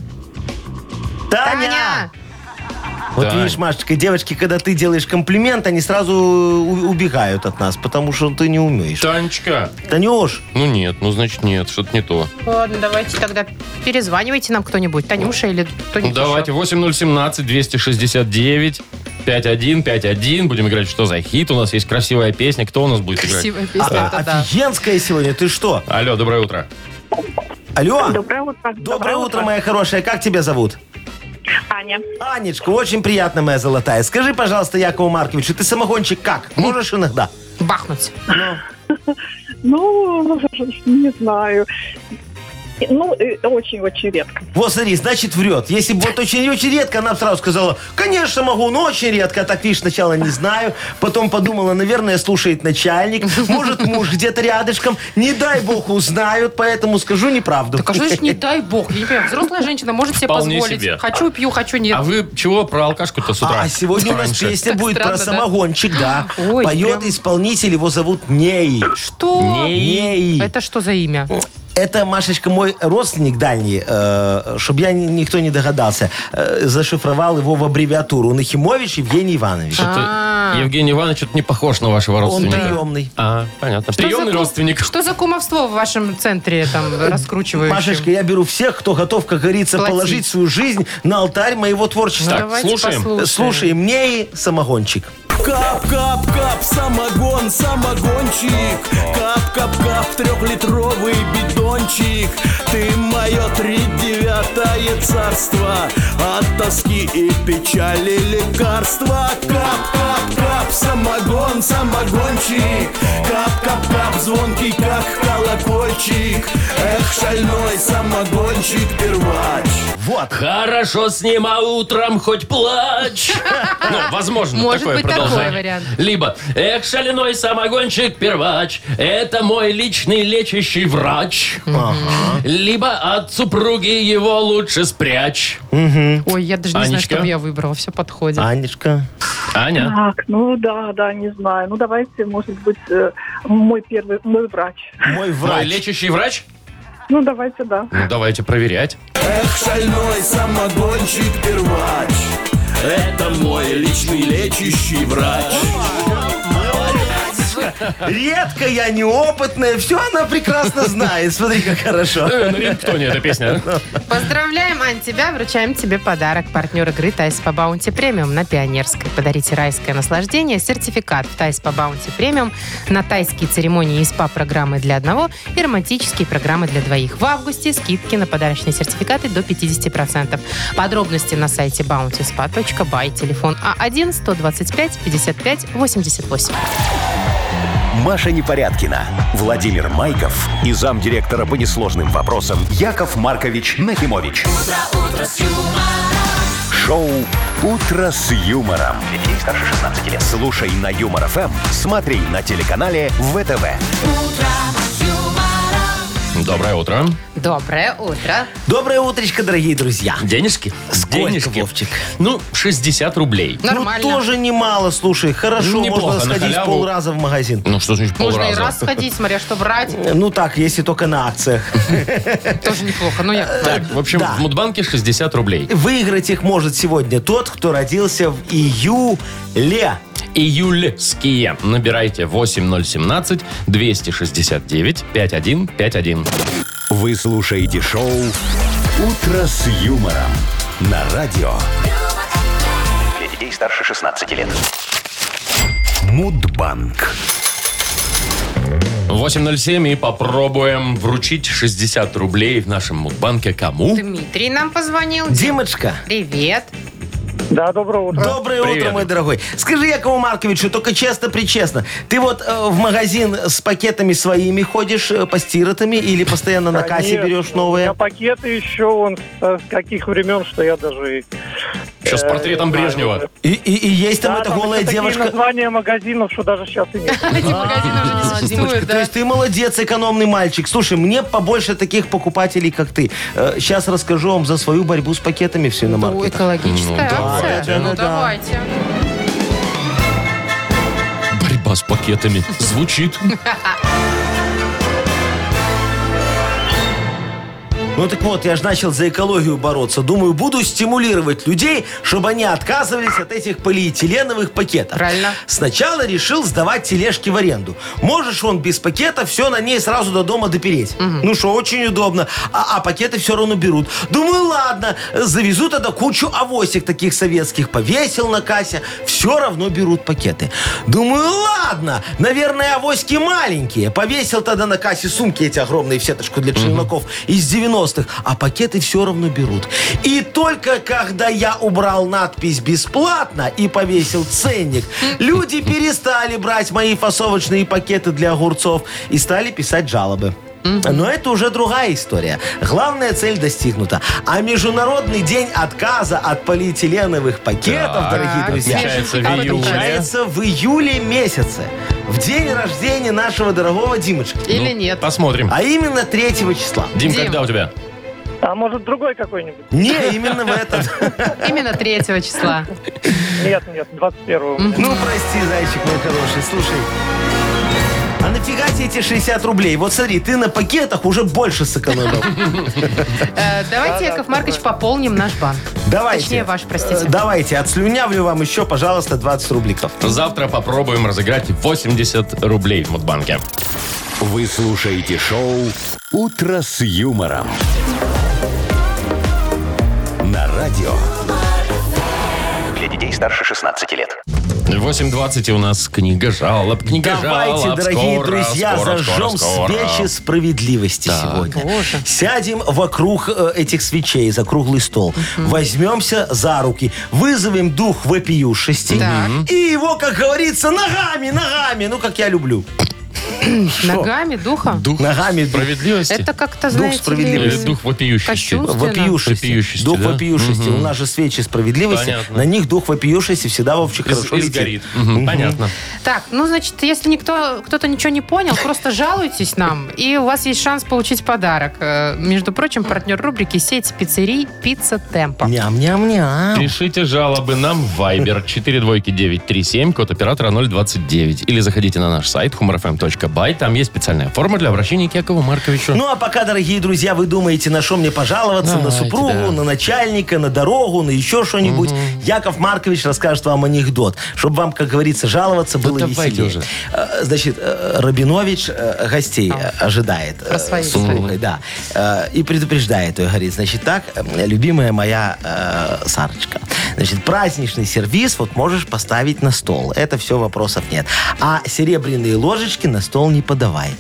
Speaker 4: Таня! Вот
Speaker 2: Тань.
Speaker 4: видишь, Машечка, девочки, когда ты делаешь комплимент, они сразу у- убегают от нас, потому что ты не умеешь.
Speaker 2: Танечка!
Speaker 4: Танюш,
Speaker 2: Ну нет, ну значит нет, что-то не то.
Speaker 3: Ладно, давайте тогда перезванивайте нам кто-нибудь. Танюша или
Speaker 2: Ну,
Speaker 3: кто-нибудь
Speaker 2: давайте 8017-269-5151. Будем играть в «Что за хит?». У нас есть красивая песня. Кто у нас будет
Speaker 3: еще. Красивая
Speaker 2: играть?
Speaker 3: песня,
Speaker 4: а-
Speaker 3: это да.
Speaker 4: офигенская сегодня, ты что?
Speaker 2: Алло, доброе утро.
Speaker 4: Алло?
Speaker 9: Доброе утро.
Speaker 4: Доброе утро, моя хорошая. Как тебя зовут?
Speaker 9: Аня.
Speaker 4: Анечка, очень приятно, моя золотая. Скажи, пожалуйста, Якову Марковичу, ты самогончик как? Можешь иногда?
Speaker 3: Бахнуть.
Speaker 9: Ну, не знаю.
Speaker 6: Ну, э, очень-очень редко.
Speaker 4: Вот смотри, значит врет. Если бы вот очень-очень редко, она бы сразу сказала, конечно могу, но очень редко. А Так, видишь, сначала не знаю, потом подумала, наверное, слушает начальник, может муж где-то рядышком, не дай бог узнают, поэтому скажу неправду.
Speaker 3: Так а что значит, не дай бог? Я не понимаю, взрослая женщина может себе
Speaker 2: Вполне
Speaker 3: позволить.
Speaker 2: себе.
Speaker 3: Хочу, пью, хочу, нет.
Speaker 2: А вы чего про алкашку-то с утра?
Speaker 4: А сегодня у нас
Speaker 2: Раньше.
Speaker 4: песня будет
Speaker 3: странно,
Speaker 4: про
Speaker 3: да?
Speaker 4: самогончик, да.
Speaker 3: Ой,
Speaker 4: Поет
Speaker 3: прям.
Speaker 4: исполнитель, его зовут Ней.
Speaker 3: Что?
Speaker 4: Ней.
Speaker 3: Это что за имя?
Speaker 4: Это, Машечка, мой родственник дальний, чтобы я ни- никто не догадался, э, зашифровал его в аббревиатуру Нахимович Евгений Иванович.
Speaker 2: А, Что-то Евгений Иванович что-то не похож на вашего
Speaker 4: А. Он
Speaker 2: родственника.
Speaker 4: приемный.
Speaker 2: А, понятно.
Speaker 3: Что за
Speaker 2: Приемный
Speaker 3: кум-
Speaker 2: родственник.
Speaker 3: Что за кумовство в вашем центре там раскручивающем?
Speaker 4: Машечка, я беру всех, кто готов, как говорится,
Speaker 3: Платить. Ну,
Speaker 4: положить свою жизнь на алтарь моего творчества.
Speaker 2: Так,
Speaker 3: Давайте
Speaker 2: слушаем.
Speaker 3: послушаем.
Speaker 4: Слушай, мне и самогончик.
Speaker 9: Кап, кап, кап, самогон, самогончик. Кап, кап, кап, трехлитровый бидончик. Ты мое тридевятое царство. От тоски и печали лекарства. Кап, кап, кап, самогон, самогончик. Кап, кап, кап, звонкий, как колокольчик. Эх, шальной самогончик, первач.
Speaker 4: Вот.
Speaker 2: Хорошо с ним, а утром хоть плачь. Ну, возможно,
Speaker 3: Может
Speaker 2: такое
Speaker 3: быть, такой
Speaker 2: продолжение.
Speaker 3: вариант.
Speaker 2: Либо, эх, шаляной самогончик первач, это мой личный лечащий врач. Либо от супруги его лучше спрячь.
Speaker 3: Ой, я даже не знаю,
Speaker 2: Анечка?
Speaker 3: что бы я выбрала. Все подходит.
Speaker 4: Анечка.
Speaker 2: Аня,
Speaker 6: Так, ну да, да, не знаю. Ну давайте, может быть, э, мой первый, мой врач.
Speaker 4: Мой
Speaker 2: мой
Speaker 4: врач.
Speaker 2: лечащий врач?
Speaker 6: Ну давайте, да.
Speaker 2: Ну, давайте проверять.
Speaker 9: Эх, шальной самогончик первач Это мой личный лечащий врач
Speaker 4: Редко я неопытная, все она прекрасно знает. Смотри, как хорошо.
Speaker 2: Э, на рингтоне эта песня.
Speaker 3: Поздравляем, Ань, тебя. Вручаем тебе подарок. Партнер игры «Тайс по баунти премиум» на Пионерской. Подарите райское наслаждение. Сертификат в «Тайс по баунти премиум» на тайские церемонии и СПА-программы для одного и романтические программы для двоих. В августе скидки на подарочные сертификаты до 50%. Подробности на сайте bountyspa.by. Телефон А А1-125-55-88.
Speaker 1: Маша Непорядкина, Владимир Майков и замдиректора по несложным вопросам Яков Маркович Нахимович. Шоу Утро с юмором. Для детей старше 16 лет. Слушай на юмор ФМ, смотри на телеканале ВТВ.
Speaker 2: Доброе утро.
Speaker 3: Доброе утро.
Speaker 4: Доброе утречко, дорогие друзья.
Speaker 2: Денежки?
Speaker 4: Сколько,
Speaker 2: Денежки.
Speaker 4: Вовчик?
Speaker 2: Ну, 60 рублей.
Speaker 3: Нормально.
Speaker 4: Ну, тоже немало, слушай. Хорошо,
Speaker 2: Ну, неплохо, на
Speaker 4: можно сходить
Speaker 2: халяву.
Speaker 4: полраза в магазин.
Speaker 2: Ну, что значит
Speaker 3: Можно и
Speaker 2: полраза?
Speaker 3: раз сходить, смотря что брать.
Speaker 4: Ну так, если только на акциях.
Speaker 3: Тоже неплохо. Ну, я...
Speaker 2: Так, в общем,
Speaker 4: Да.
Speaker 2: в Мудбанке 60 рублей.
Speaker 4: Выиграть их может сегодня тот, кто родился в июле.
Speaker 2: Июльские. Набирайте 8017-269-5151.
Speaker 1: Вы слушаете шоу Утро с юмором на радио
Speaker 7: Для детей старше 16 лет.
Speaker 1: Мудбанк.
Speaker 2: 8.07 и попробуем вручить 60 рублей в нашем Мудбанке кому?
Speaker 3: Дмитрий нам позвонил.
Speaker 4: Димочка,
Speaker 3: Привет.
Speaker 8: Да, доброе утро.
Speaker 4: Доброе
Speaker 2: Привет.
Speaker 4: утро, мой дорогой. Скажи, Якову Марковичу, только честно-причестно, ты вот э, в магазин с пакетами своими ходишь, э, постиратыми, или постоянно на кассе
Speaker 8: Конечно,
Speaker 4: берешь
Speaker 8: У меня
Speaker 4: новые?
Speaker 8: пакеты еще, он э, с каких времен, что я даже... и-
Speaker 2: Еще с
Speaker 8: э,
Speaker 2: портретом
Speaker 8: не знаю.
Speaker 2: Брежнева.
Speaker 4: И, и- и есть там
Speaker 8: Да,
Speaker 4: эта
Speaker 8: там
Speaker 4: голая
Speaker 8: еще такие
Speaker 4: девушка?
Speaker 8: названия магазинов, что даже сейчас и нет.
Speaker 3: Эти магазины уже не
Speaker 4: А,
Speaker 3: существуют,
Speaker 4: Димочка, то
Speaker 3: да?
Speaker 4: есть ты молодец, экономный мальчик. Слушай, мне побольше таких покупателей, как ты. Сейчас расскажу вам за свою борьбу с пакетами в
Speaker 3: Ну,
Speaker 4: свиномаркете.
Speaker 3: экологическая
Speaker 2: Ну,
Speaker 4: давайте.
Speaker 3: акция. Ну,
Speaker 4: Да-да-да.
Speaker 3: давайте.
Speaker 2: Борьба с пакетами. Звучит.
Speaker 4: Ну так вот, я же начал за экологию бороться. Думаю, буду стимулировать людей, чтобы они отказывались от этих полиэтиленовых пакетов.
Speaker 3: Правильно.
Speaker 4: Сначала решил сдавать тележки в аренду. Можешь он без пакета все на ней сразу до дома допереть. Ну что, очень удобно. А, а пакеты все равно берут. Думаю, ладно, завезу тогда кучу авосик таких советских. Повесил на кассе. Все равно берут пакеты. Думаю, ладно, наверное, авоськи маленькие. Повесил тогда на кассе сумки эти огромные в сеточку для челноков из 90-х. А пакеты все равно берут. И только когда я убрал надпись «бесплатно» и повесил ценник, люди перестали брать мои фасовочные пакеты для огурцов и стали писать жалобы. Но это уже другая история. Главная цель достигнута. А Международный день отказа от полиэтиленовых пакетов, дорогие
Speaker 3: Так,
Speaker 4: друзья,
Speaker 2: Отмечается в
Speaker 3: об этом
Speaker 2: июле.
Speaker 3: часе.
Speaker 4: отмечается в июле месяце. В день рождения нашего дорогого Димочки.
Speaker 3: Или нет.
Speaker 2: Ну, Посмотрим.
Speaker 4: А именно 3 числа.
Speaker 2: Дим,
Speaker 3: Дим.
Speaker 2: когда у тебя?
Speaker 8: А может, другой какой-нибудь?
Speaker 4: Не, именно в этот.
Speaker 3: Именно 3 числа.
Speaker 8: Нет, нет, 21-го.
Speaker 4: Ну, прости, зайчик мой хороший, слушай. А нафига тебе эти 60 рублей? Вот смотри, ты на пакетах уже больше сэкономил.
Speaker 3: Э, Давайте, Яков Маркович, пополним наш банк.
Speaker 4: Давайте.
Speaker 3: Точнее, ваш, простите.
Speaker 4: Э, Давайте, отслюнявлю вам еще, пожалуйста, 20 рубликов.
Speaker 2: Завтра попробуем разыграть 80 рублей в Мудбанке.
Speaker 1: Вы слушаете шоу «Утро с юмором». На радио.
Speaker 7: Для детей старше 16 лет.
Speaker 2: 8.20 у нас книга жалоб. Книга
Speaker 4: Давайте,
Speaker 2: жалоб.
Speaker 4: дорогие
Speaker 2: Скоро,
Speaker 4: друзья,
Speaker 2: скоро, скоро,
Speaker 4: зажжем
Speaker 2: скоро.
Speaker 4: свечи справедливости сегодня. Сядем вокруг э, этих свечей за круглый стол. Возьмемся за руки, вызовем дух вопиюшести
Speaker 3: Так.
Speaker 4: и его, как говорится, ногами, ногами, ну, как я люблю.
Speaker 3: Ногами, духа.
Speaker 2: Дух
Speaker 4: Ногами дух.
Speaker 2: справедливости?
Speaker 3: Это как-то, знаете ли,
Speaker 4: справедливости.
Speaker 2: Или дух вопиющести?
Speaker 3: кощунственно.
Speaker 4: Вопиюшести.
Speaker 2: Вопиюшести,
Speaker 4: Дух
Speaker 2: да?
Speaker 4: вопиюшести. У нас же свечи справедливости.
Speaker 2: Понятно.
Speaker 4: На них дух вопиюшести всегда Вовчик
Speaker 2: Из-
Speaker 4: хорошо
Speaker 2: из
Speaker 4: летит.
Speaker 2: горит. Мгм, Понятно.
Speaker 3: Так, ну, значит, если никто, кто-то ничего не понял, просто жалуйтесь нам, и у вас есть шанс получить подарок. Э, Между прочим, партнер рубрики «Сеть пиццерий Пицца Темпа».
Speaker 4: Ням-ням-ням.
Speaker 2: Пишите жалобы нам в Viber 42937, код оператора 029. Или заходите на наш сайт humorfm.by. Там есть специальная форма для обращения к Якову Марковичу.
Speaker 4: Ну а пока, дорогие друзья, вы думаете, на что мне пожаловаться, на
Speaker 2: Давайте,
Speaker 4: супругу,
Speaker 2: да.
Speaker 4: на начальника, на дорогу, на еще что-нибудь, Яков Маркович расскажет вам анекдот, чтобы вам, как говорится, жаловаться было
Speaker 2: давайте
Speaker 4: веселее.
Speaker 2: уже.
Speaker 4: Э, Значит, э, Рабинович э, гостей э, ожидает э,
Speaker 3: Про своих
Speaker 4: с супругой, да, Э, и предупреждает ее, говорит, значит, так, э, любимая моя э, Сарочка, значит, праздничный сервиз вот можешь поставить на стол, это все вопросов нет, а серебряные ложечки на стол не подавай.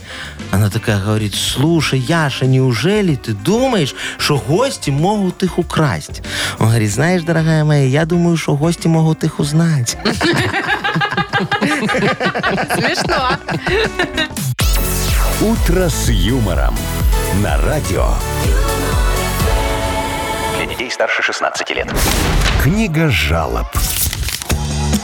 Speaker 4: Она такая говорит, слушай, Яша, неужели ты думаешь, что гости могут их украсть? Он говорит, знаешь, дорогая моя, я думаю, что гости могут их узнать.
Speaker 3: Смешно.
Speaker 1: «Утро с юмором». На радио.
Speaker 7: Для детей старше 16 лет.
Speaker 1: Книга жалоб.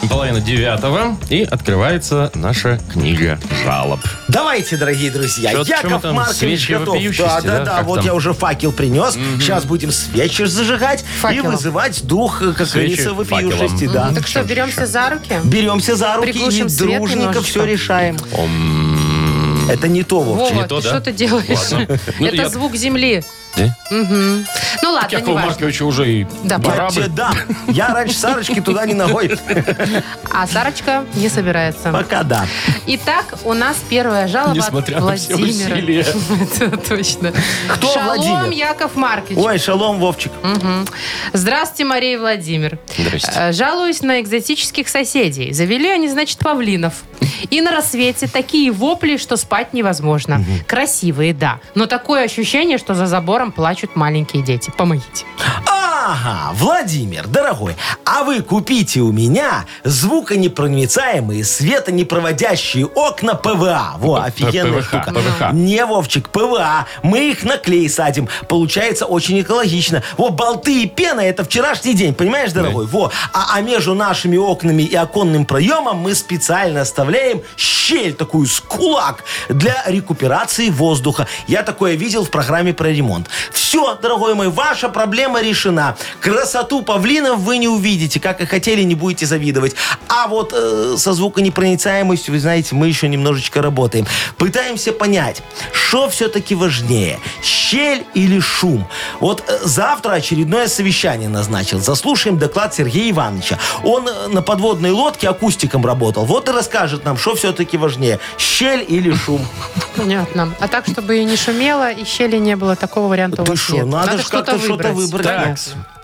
Speaker 2: Половина девятого. И открывается наша книга жалоб.
Speaker 4: Давайте, дорогие друзья,
Speaker 2: Чё- чё мы
Speaker 4: Яков
Speaker 2: там,
Speaker 4: Маркович
Speaker 2: свечи
Speaker 4: готов.
Speaker 2: вопиющести,
Speaker 4: Да,
Speaker 2: да?
Speaker 4: да, да,
Speaker 2: Как
Speaker 4: вот
Speaker 2: там?
Speaker 4: я уже факел принес. Сейчас будем свечи зажигать и
Speaker 3: Факелом.
Speaker 4: вызывать дух, э, как
Speaker 2: Свечи
Speaker 4: говорится, вопиюшести.
Speaker 2: факелом.
Speaker 4: Да.
Speaker 3: Так что, беремся за руки?
Speaker 4: Беремся за руки и
Speaker 3: Приглушим свет
Speaker 4: дружненько
Speaker 3: немножечко.
Speaker 4: все решаем. Это не то, Вовчик.
Speaker 3: Вова,
Speaker 2: не то,
Speaker 3: ты
Speaker 2: да?
Speaker 3: что ты делаешь?
Speaker 2: Ладно. Ну,
Speaker 3: Это
Speaker 2: я- Э?
Speaker 3: звук земли.
Speaker 2: Да?
Speaker 3: Мгм. Ну ладно, не
Speaker 2: Якову
Speaker 3: важно.
Speaker 2: Марковичу уже и
Speaker 3: Да,
Speaker 2: пора
Speaker 4: Я тебе
Speaker 2: бы.
Speaker 4: дам. Я раньше Сарочки туда не ногой.
Speaker 3: А Сарочка не собирается.
Speaker 4: Пока да.
Speaker 3: Итак, у нас первая жалоба
Speaker 2: Несмотря
Speaker 3: от
Speaker 2: на все
Speaker 3: Владимира.
Speaker 2: усилия.
Speaker 3: Это точно.
Speaker 4: Кто
Speaker 3: Шалом,
Speaker 4: Владимир?
Speaker 3: Яков Маркович.
Speaker 4: Ой, шалом, Вовчик.
Speaker 3: Здравствуйте, Мария и Владимир.
Speaker 2: Здрасте.
Speaker 3: Э, Жалуюсь на экзотических соседей. Завели они, значит, павлинов. И на рассвете такие вопли, что спать невозможно. Красивые, да. Но такое ощущение, что за забором плачут маленькие дети. Помогите.
Speaker 4: Ага, Владимир, дорогой, а вы купите у меня звуконепроницаемые, светонепроводящие окна ПВА. Во, офигенная
Speaker 2: ПВХ,
Speaker 4: штука.
Speaker 2: ПВХ.
Speaker 4: Не, Вовчик, ПВА. Мы их на клей садим. Получается очень экологично. Во, болты и пена это вчерашний день, понимаешь, дорогой? Во. А, а между нашими окнами и оконным проемом мы специально оставляем щель такую с кулак для рекуперации воздуха. Я такое видел в программе про ремонт. Все, дорогой мой, ваша проблема решена. Красоту павлинов вы не увидите. Как и хотели, не будете завидовать. А вот э, со звуконепроницаемостью, вы знаете, мы еще немножечко работаем. Пытаемся понять, что все-таки важнее, щель или шум. Вот э, завтра очередное совещание назначил. Заслушаем доклад Сергея Ивановича. Он э, на подводной лодке акустиком работал. Вот и расскажет нам, что все-таки важнее, щель или шум.
Speaker 3: Понятно. А так, чтобы и не шумело, и щели не было, такого варианта у
Speaker 4: Ты
Speaker 3: вас
Speaker 4: что,
Speaker 3: нет.
Speaker 4: надо же как-то что-то выбрать.
Speaker 2: Так,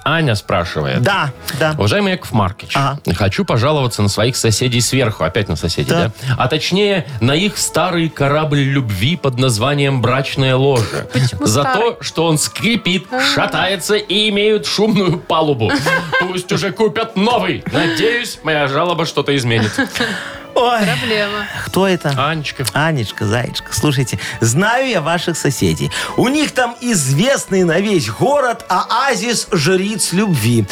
Speaker 2: Аня спрашивает.
Speaker 4: Да, да.
Speaker 2: Уважаемый Яков Маркич,
Speaker 4: Ага.
Speaker 2: хочу пожаловаться на своих соседей сверху, опять на соседей, да.
Speaker 4: Да.
Speaker 2: А точнее, на их старый корабль любви под названием «Брачное ложе». За
Speaker 3: старый? А.
Speaker 2: то, что он скрипит, шатается и имеет шумную палубу. Пусть уже купят новый. Надеюсь, моя жалоба что-то изменит.
Speaker 4: Ой,
Speaker 3: Проблема.
Speaker 4: кто это?
Speaker 2: Анечка.
Speaker 4: Анечка, Зайчка, слушайте, знаю я ваших соседей. У них там известный на весь город оазис жриц любви.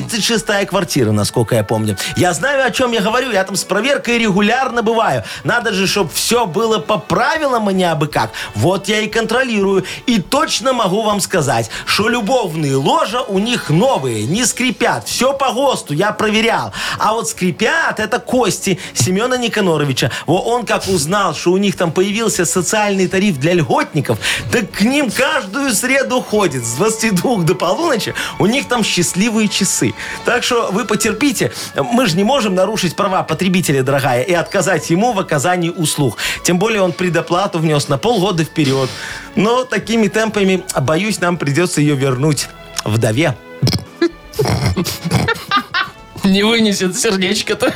Speaker 4: 36-я квартира, насколько я помню. Я знаю, о чем я говорю. Я там с проверкой регулярно бываю. Надо же, чтобы все было по правилам, а не абы как. Вот я и контролирую. И точно могу вам сказать, что любовные ложа у них новые, не скрипят. Все по ГОСТу, я проверял. А вот скрипят, это кости Семена Никоноровича. Во, он как узнал, что у них там появился социальный тариф для льготников, так к ним каждую среду ходит с 22 до полуночи. У них там счастливые часы. Так что вы потерпите. Мы же не можем нарушить права потребителя, дорогая, и отказать ему в оказании услуг. Тем более он предоплату внес на полгода вперед. Но такими темпами, боюсь, нам придется ее вернуть вдове.
Speaker 2: Не вынесет сердечко-то.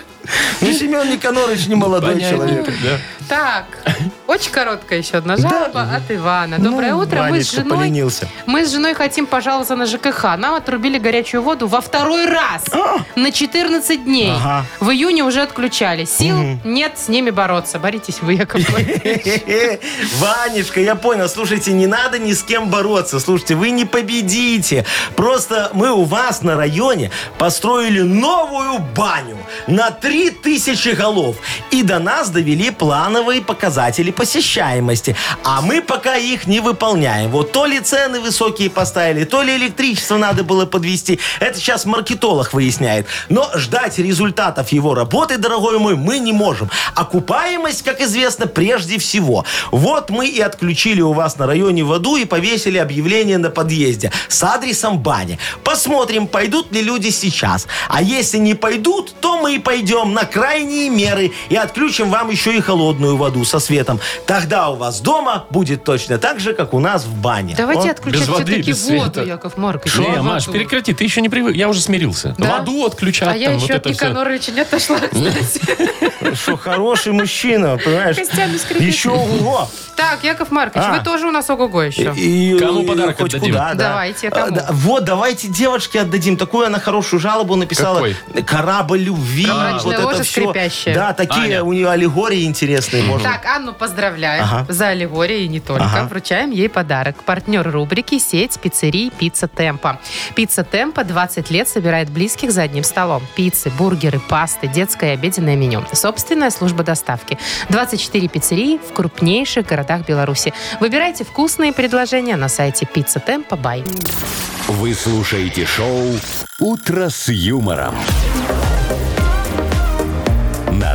Speaker 4: Ну, Семен Никонорович не молодой человек.
Speaker 2: Да.
Speaker 3: Так, очень короткая еще одна жалоба от Ивана. Доброе
Speaker 4: Ну,
Speaker 3: утро. Мы с
Speaker 5: Ванечка
Speaker 3: женой
Speaker 5: поленился.
Speaker 3: мы с женой хотим пожаловаться на ЖКХ. Нам отрубили горячую воду во второй раз на 14 дней.
Speaker 5: Ага.
Speaker 3: В июне уже отключали. Сил нет с ними бороться. Боритесь вы, Яков Маркович.
Speaker 4: Ванечка, я понял. Слушайте, не надо ни с кем бороться. Слушайте, вы не победите. Просто мы у вас на районе построили новую баню на 3000 голов. И до нас довели плановые показатели посещаемости. А мы пока их не выполняем. Вот то ли цены высокие поставили, то ли электричество надо было подвести. Это сейчас маркетолог выясняет. Но ждать результатов его работы, дорогой мой, мы не можем. Окупаемость, как известно, прежде всего. Вот мы и отключили у вас на районе воду и повесили объявление на подъезде с адресом бани. Посмотрим, пойдут ли люди сейчас. А если не пойдут, то мы и пойдем на крайние меры и отключим вам еще и холодную воду со светом. Тогда у вас дома будет точно так же, как у нас в бане.
Speaker 3: Давайте
Speaker 2: без
Speaker 3: отключать
Speaker 2: воды,
Speaker 3: все-таки
Speaker 2: без
Speaker 3: воду,
Speaker 2: света.
Speaker 3: Яков Маркович.
Speaker 2: Что,
Speaker 3: Не,
Speaker 2: Маш,
Speaker 3: воду.
Speaker 2: прекрати, ты еще не привык. Я уже смирился.
Speaker 3: Да?
Speaker 2: Воду отключат.
Speaker 3: А я
Speaker 2: там, вот
Speaker 3: еще от
Speaker 2: это всё.
Speaker 3: Никоноровича не отошла, кстати.
Speaker 5: Что хороший мужчина, понимаешь?
Speaker 3: Костями скрипит.
Speaker 5: Еще ого!
Speaker 3: Так, Яков Маркович,
Speaker 5: А.
Speaker 3: вы тоже у нас ого-го еще.
Speaker 4: И-
Speaker 2: Кому
Speaker 4: и
Speaker 2: подарок
Speaker 4: хоть
Speaker 2: отдадим?
Speaker 4: куда, да.
Speaker 3: Давайте, кому?
Speaker 4: А, да, Вот, давайте девочке отдадим. Такую она хорошую жалобу написала.
Speaker 2: Какой?
Speaker 4: Корабль любви.
Speaker 3: Мрачная
Speaker 4: вот это
Speaker 3: ложа
Speaker 4: всё.
Speaker 3: скрипящая.
Speaker 4: Да, такие
Speaker 2: Аня.
Speaker 4: у нее аллегории интересные. можно.
Speaker 3: Так, Анну поздравляем
Speaker 4: Ага.
Speaker 3: за аллегорию и не только. Вручаем ей подарок. Партнер рубрики «Сеть пиццерий Пицца Темпа». Пицца Темпа 20 лет собирает близких за одним столом. Пиццы, бургеры, пасты, детское и обеденное меню. Собственная служба доставки. 24 пиццерии в крупнейших городах Беларуси. Выбирайте вкусные предложения на сайте «Пицца Темпа Бай».
Speaker 1: Вы слушаете шоу «Утро с юмором». На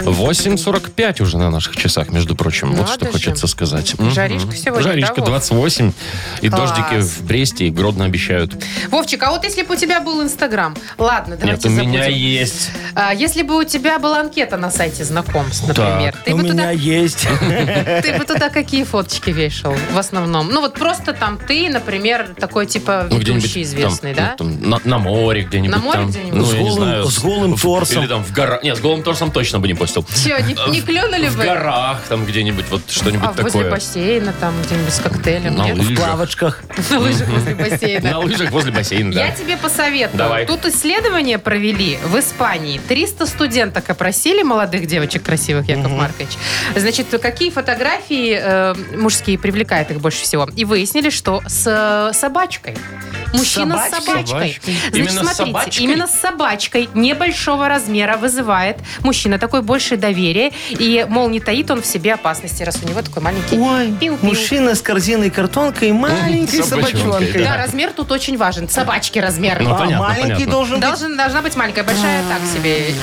Speaker 2: 8.45 уже на наших часах, между прочим. вот
Speaker 3: Надо
Speaker 2: что
Speaker 3: же.
Speaker 2: хочется сказать. Мгм.
Speaker 3: Жаришка сегодня
Speaker 2: Жаришка
Speaker 3: того.
Speaker 2: 28. И
Speaker 3: Класс.
Speaker 2: дождики в Бресте и Гродно обещают.
Speaker 3: Вовчик, а вот если бы у тебя был Инстаграм? Ладно,
Speaker 2: Нет,
Speaker 3: давайте
Speaker 2: у меня
Speaker 3: забудем.
Speaker 2: есть.
Speaker 3: А если бы у тебя была анкета на сайте знакомств, например, ты
Speaker 2: Ну,
Speaker 4: У
Speaker 3: бы
Speaker 4: меня
Speaker 3: туда
Speaker 4: есть.
Speaker 3: Ты бы туда какие фоточки вешал в основном? Ну вот просто там ты, например, такой типа
Speaker 2: Ну,
Speaker 3: ведущий
Speaker 2: там,
Speaker 3: известный,
Speaker 2: ну,
Speaker 3: да?
Speaker 2: там, на, на море где-нибудь.
Speaker 3: На море
Speaker 2: там,
Speaker 3: где-нибудь?
Speaker 2: Ну,
Speaker 4: С
Speaker 2: я не
Speaker 4: голым-
Speaker 2: знаю,
Speaker 4: с голым
Speaker 2: в-
Speaker 4: торсом.
Speaker 2: Или там в горах. Нет, с голым торсом точно бы не постил.
Speaker 3: Че, не, не клюнули
Speaker 2: В
Speaker 3: бы?
Speaker 2: горах там где-нибудь, вот что-нибудь
Speaker 3: А возле
Speaker 2: такое. Ну,
Speaker 3: бассейна там где-нибудь с коктейлем,
Speaker 2: На
Speaker 3: нет?
Speaker 4: В
Speaker 2: лыжах.
Speaker 4: плавочках.
Speaker 3: На лыжах возле бассейна.
Speaker 2: На лыжах возле бассейна,
Speaker 3: Я
Speaker 2: да.
Speaker 3: тебе посоветую.
Speaker 2: Давай.
Speaker 3: Тут исследование провели в Испании. 300 студенток опросили молодых девочек красивых, Яков Маркович. Значит, какие фотографии э, мужские привлекают их больше всего? И выяснили, что с э, собачкой. Мужчина с
Speaker 4: собачкой?
Speaker 3: собачкой.
Speaker 2: Собачкой.
Speaker 3: Значит,
Speaker 2: Именно с
Speaker 3: смотрите,
Speaker 2: собачкой?
Speaker 3: именно с собачкой небольшого размера вызывает мужчина такой больше доверие. И, мол, не таит он в себе опасности, раз у него такой маленький
Speaker 4: Ой,
Speaker 3: пиу-пиу.
Speaker 4: мужчина с корзиной картонкой и маленькой
Speaker 2: Собачонкой,
Speaker 4: собачонкой.
Speaker 3: Да, размер тут очень важен. Собачки размер.
Speaker 2: Ну,
Speaker 4: А
Speaker 2: понятно,
Speaker 4: маленький
Speaker 2: понятно.
Speaker 4: должен быть.
Speaker 3: Должен, должна быть маленькая, большая так себе.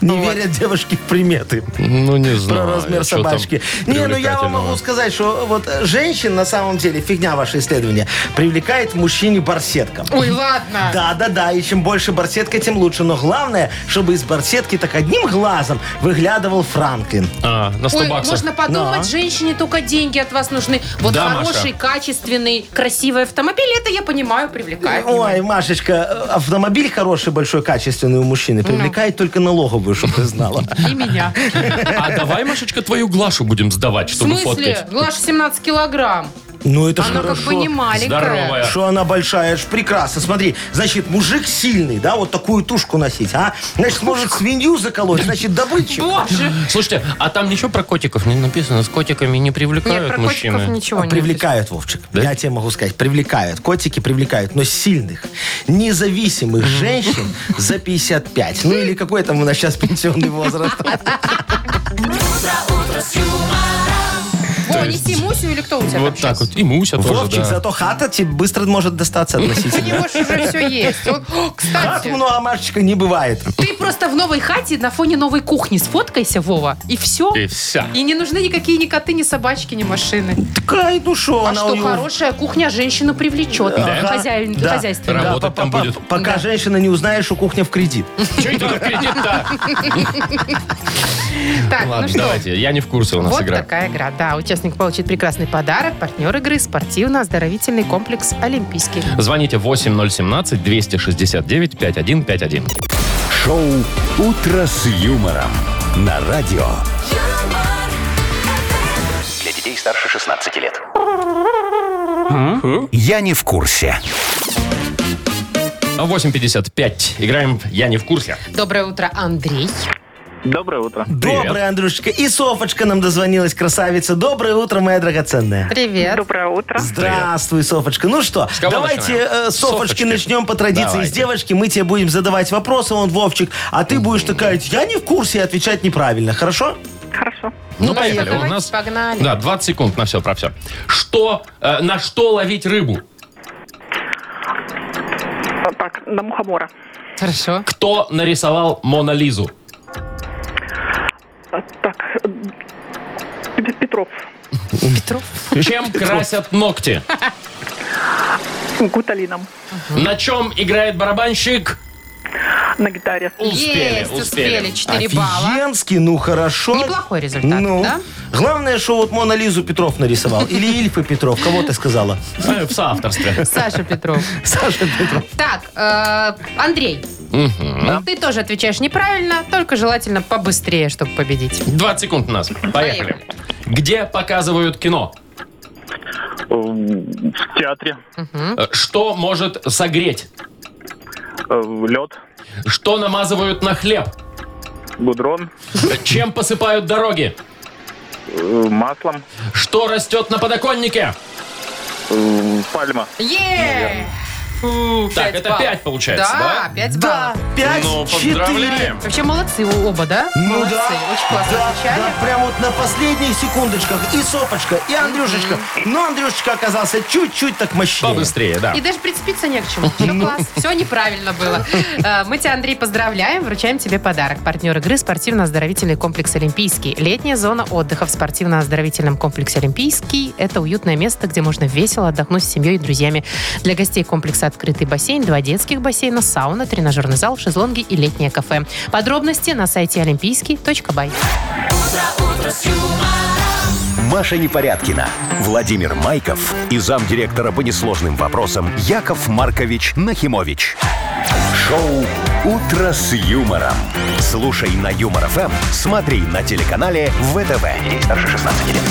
Speaker 4: Не верят девушки в приметы.
Speaker 2: Ну, не
Speaker 4: про
Speaker 2: знаю.
Speaker 4: размер
Speaker 2: что там
Speaker 4: собачки. Не, ну я вам
Speaker 2: привлекательного.
Speaker 4: могу сказать, что вот э, женщин на самом деле, фигня ваше исследование, привлекает в мужчине барсетка.
Speaker 3: Ой, ладно.
Speaker 4: Да, да, да, и чем больше барсетка, тем лучше. Но главное, чтобы из барсетки так одним глазом выглядывал Франклин.
Speaker 2: А, на 100
Speaker 3: Ой,
Speaker 2: баксов.
Speaker 3: можно подумать,
Speaker 4: Да.
Speaker 3: женщине только деньги от вас нужны. Вот
Speaker 2: Да,
Speaker 3: хороший,
Speaker 2: Маша.
Speaker 3: качественный, красивый автомобиль, это я понимаю, привлекает.
Speaker 4: Ой, Машечка, э, автомобиль хороший, большой, качественный у мужчины
Speaker 3: Ну.
Speaker 4: привлекает только налоговую, чтобы ты знала.
Speaker 3: И меня.
Speaker 2: А давай, Машечка, твою Глашу будем сдавать,
Speaker 3: В
Speaker 2: чтобы
Speaker 3: смысле?
Speaker 2: фоткать.
Speaker 3: Глаша 17 килограмм.
Speaker 4: Ну, это ж
Speaker 3: Она как
Speaker 4: хорошо.
Speaker 3: бы не маленькая.
Speaker 2: Здоровая.
Speaker 4: Что она большая, это ж прекрасно. Смотри, значит, мужик сильный, да, вот такую тушку носить, а? Значит, может свинью заколоть, значит, добытчик.
Speaker 3: Боже.
Speaker 2: Слушайте, а там ничего про котиков не написано? С котиками не привлекают
Speaker 3: Нет, про
Speaker 2: мужчины? Ну,
Speaker 3: котиков
Speaker 4: А
Speaker 3: ничего не
Speaker 4: Привлекают, Вовчик.
Speaker 2: Да?
Speaker 4: Я тебе могу сказать, привлекают. Котики привлекают, но сильных, независимых женщин за 55. Ну или какой там у нас сейчас пенсионный возраст.
Speaker 3: написано. О, неси Мусю или кто у тебя
Speaker 2: Вот
Speaker 3: там
Speaker 2: так
Speaker 3: сейчас?
Speaker 2: вот. И Муся тоже,
Speaker 4: Вовчик,
Speaker 2: да.
Speaker 4: зато хата тебе быстро может достаться
Speaker 3: У него
Speaker 4: относительно.
Speaker 3: ж уже все есть. Он- О,
Speaker 4: Хат
Speaker 3: кстати,
Speaker 4: много, Машечка, не бывает.
Speaker 3: ты просто в новой хате на фоне новой кухни сфоткайся, Вова, и все.
Speaker 2: И вся.
Speaker 3: И не нужны никакие ни коты, ни собачки, ни машины.
Speaker 4: Такая, ну шо,
Speaker 3: А
Speaker 4: она у
Speaker 3: что,
Speaker 4: него-
Speaker 3: хорошая кухня женщину привлечет
Speaker 4: Ага,
Speaker 3: хозяин,
Speaker 4: да.
Speaker 3: хозяйство.
Speaker 4: Да,
Speaker 2: Работать
Speaker 4: по-
Speaker 2: там
Speaker 4: по-
Speaker 2: будет.
Speaker 4: Пока женщина не узнает, что кухня в кредит.
Speaker 2: Чё это за кредит-то?
Speaker 3: Так, ну
Speaker 2: Ладно,
Speaker 3: что,
Speaker 2: давайте. Я не в курсе у нас
Speaker 3: Вот
Speaker 2: игра.
Speaker 3: такая игра. Да, участник получит прекрасный подарок. Партнер игры – спортивно-оздоровительный комплекс «Олимпийский».
Speaker 2: Звоните 8017-269-5151.
Speaker 1: Шоу «Утро с юмором» на радио.
Speaker 10: юмор,
Speaker 7: Для детей старше 16 лет.
Speaker 1: Я не в курсе.
Speaker 2: А 8.55. Играем в «Я не в курсе».
Speaker 3: Доброе утро, Андрей.
Speaker 8: Доброе утро.
Speaker 4: Доброе, Андрюшечка. И Софочка нам дозвонилась, красавица. Доброе утро, моя драгоценная.
Speaker 3: Привет.
Speaker 6: Доброе утро.
Speaker 4: Здравствуй, Софочка. Ну что,
Speaker 2: кого
Speaker 4: давайте
Speaker 2: начинаем?
Speaker 4: э, с Софочки
Speaker 2: Софочки.
Speaker 4: начнем по традиции.
Speaker 2: Давайте.
Speaker 4: С девочки мы тебе будем задавать вопросы, он Вовчик, а ты будешь такая, я не в курсе, и отвечать неправильно, хорошо?
Speaker 6: Хорошо.
Speaker 2: Ну,
Speaker 3: Ну,
Speaker 2: поехали.
Speaker 3: давайте,
Speaker 2: У нас
Speaker 3: погнали.
Speaker 2: Да, 20 секунд на все про все. Что, э, на что ловить рыбу?
Speaker 6: А, Так, на мухомора.
Speaker 3: Хорошо.
Speaker 2: Кто нарисовал Мона Лизу?
Speaker 6: А, Так, э, Пе- Петров.
Speaker 2: Чем красят ногти?
Speaker 6: Гуталином.
Speaker 2: На чем играет барабанщик?
Speaker 6: На гитаре.
Speaker 2: Успели,
Speaker 3: Есть,
Speaker 2: успели.
Speaker 3: успели. 4 балла.
Speaker 4: Офигенский, ну хорошо.
Speaker 3: Неплохой результат,
Speaker 4: Ну,
Speaker 3: да?
Speaker 4: главное, что вот Мона Лизу Петров нарисовал. Или Ильфа Петров, кого ты сказала?
Speaker 2: Э, В соавторстве.
Speaker 3: Саша Петров.
Speaker 4: Саша Петров.
Speaker 3: Так, э, Андрей, ты тоже отвечаешь неправильно, только желательно побыстрее, чтобы победить.
Speaker 2: 20 секунд у нас. Поехали.
Speaker 3: Поехали.
Speaker 2: Где показывают кино?
Speaker 8: Э, В театре.
Speaker 2: Э, Что может согреть?
Speaker 8: Э, Лед.
Speaker 2: Что намазывают на хлеб?
Speaker 8: Гудрон.
Speaker 2: Э, Чем посыпают дороги?
Speaker 8: э, Маслом.
Speaker 2: Что растет на подоконнике?
Speaker 8: э, Пальма.
Speaker 3: Е! Фу,
Speaker 2: Так,
Speaker 3: пять
Speaker 2: это
Speaker 3: баллов.
Speaker 2: 5 получается,
Speaker 3: Да,
Speaker 2: да?
Speaker 3: 5
Speaker 4: Да,
Speaker 3: баллов.
Speaker 4: пять,
Speaker 2: Ну,
Speaker 4: четыре.
Speaker 2: поздравляем.
Speaker 3: Вообще молодцы о- оба, да?
Speaker 4: Ну
Speaker 3: молодцы.
Speaker 4: да,
Speaker 3: Очень классно
Speaker 4: да,
Speaker 3: отвечали.
Speaker 4: да, прям вот на последних секундочках и Сопочка, и Андрюшечка. Но Андрюшечка оказался чуть-чуть так мощнее.
Speaker 2: Побыстрее, да.
Speaker 3: И даже прицепиться не к чему. Все класс, все неправильно было. Э, Мы тебя, Андрей, поздравляем, вручаем тебе подарок. Партнер игры спортивно-оздоровительный комплекс «Олимпийский». Летняя зона отдыха в спортивно-оздоровительном комплексе «Олимпийский» – это уютное место, где можно весело отдохнуть с семьей и друзьями. Для гостей комплекса открытый бассейн, два детских бассейна, сауна, тренажерный зал, шезлонги и летнее кафе. Подробности на сайте олимпийский.бай.
Speaker 1: Маша Непорядкина, Владимир Майков и замдиректора по несложным вопросам Яков Маркович Нахимович. Шоу «Утро с юмором». Слушай на Юмор ФМ, смотри на телеканале ВТВ. Ей старше 16 лет.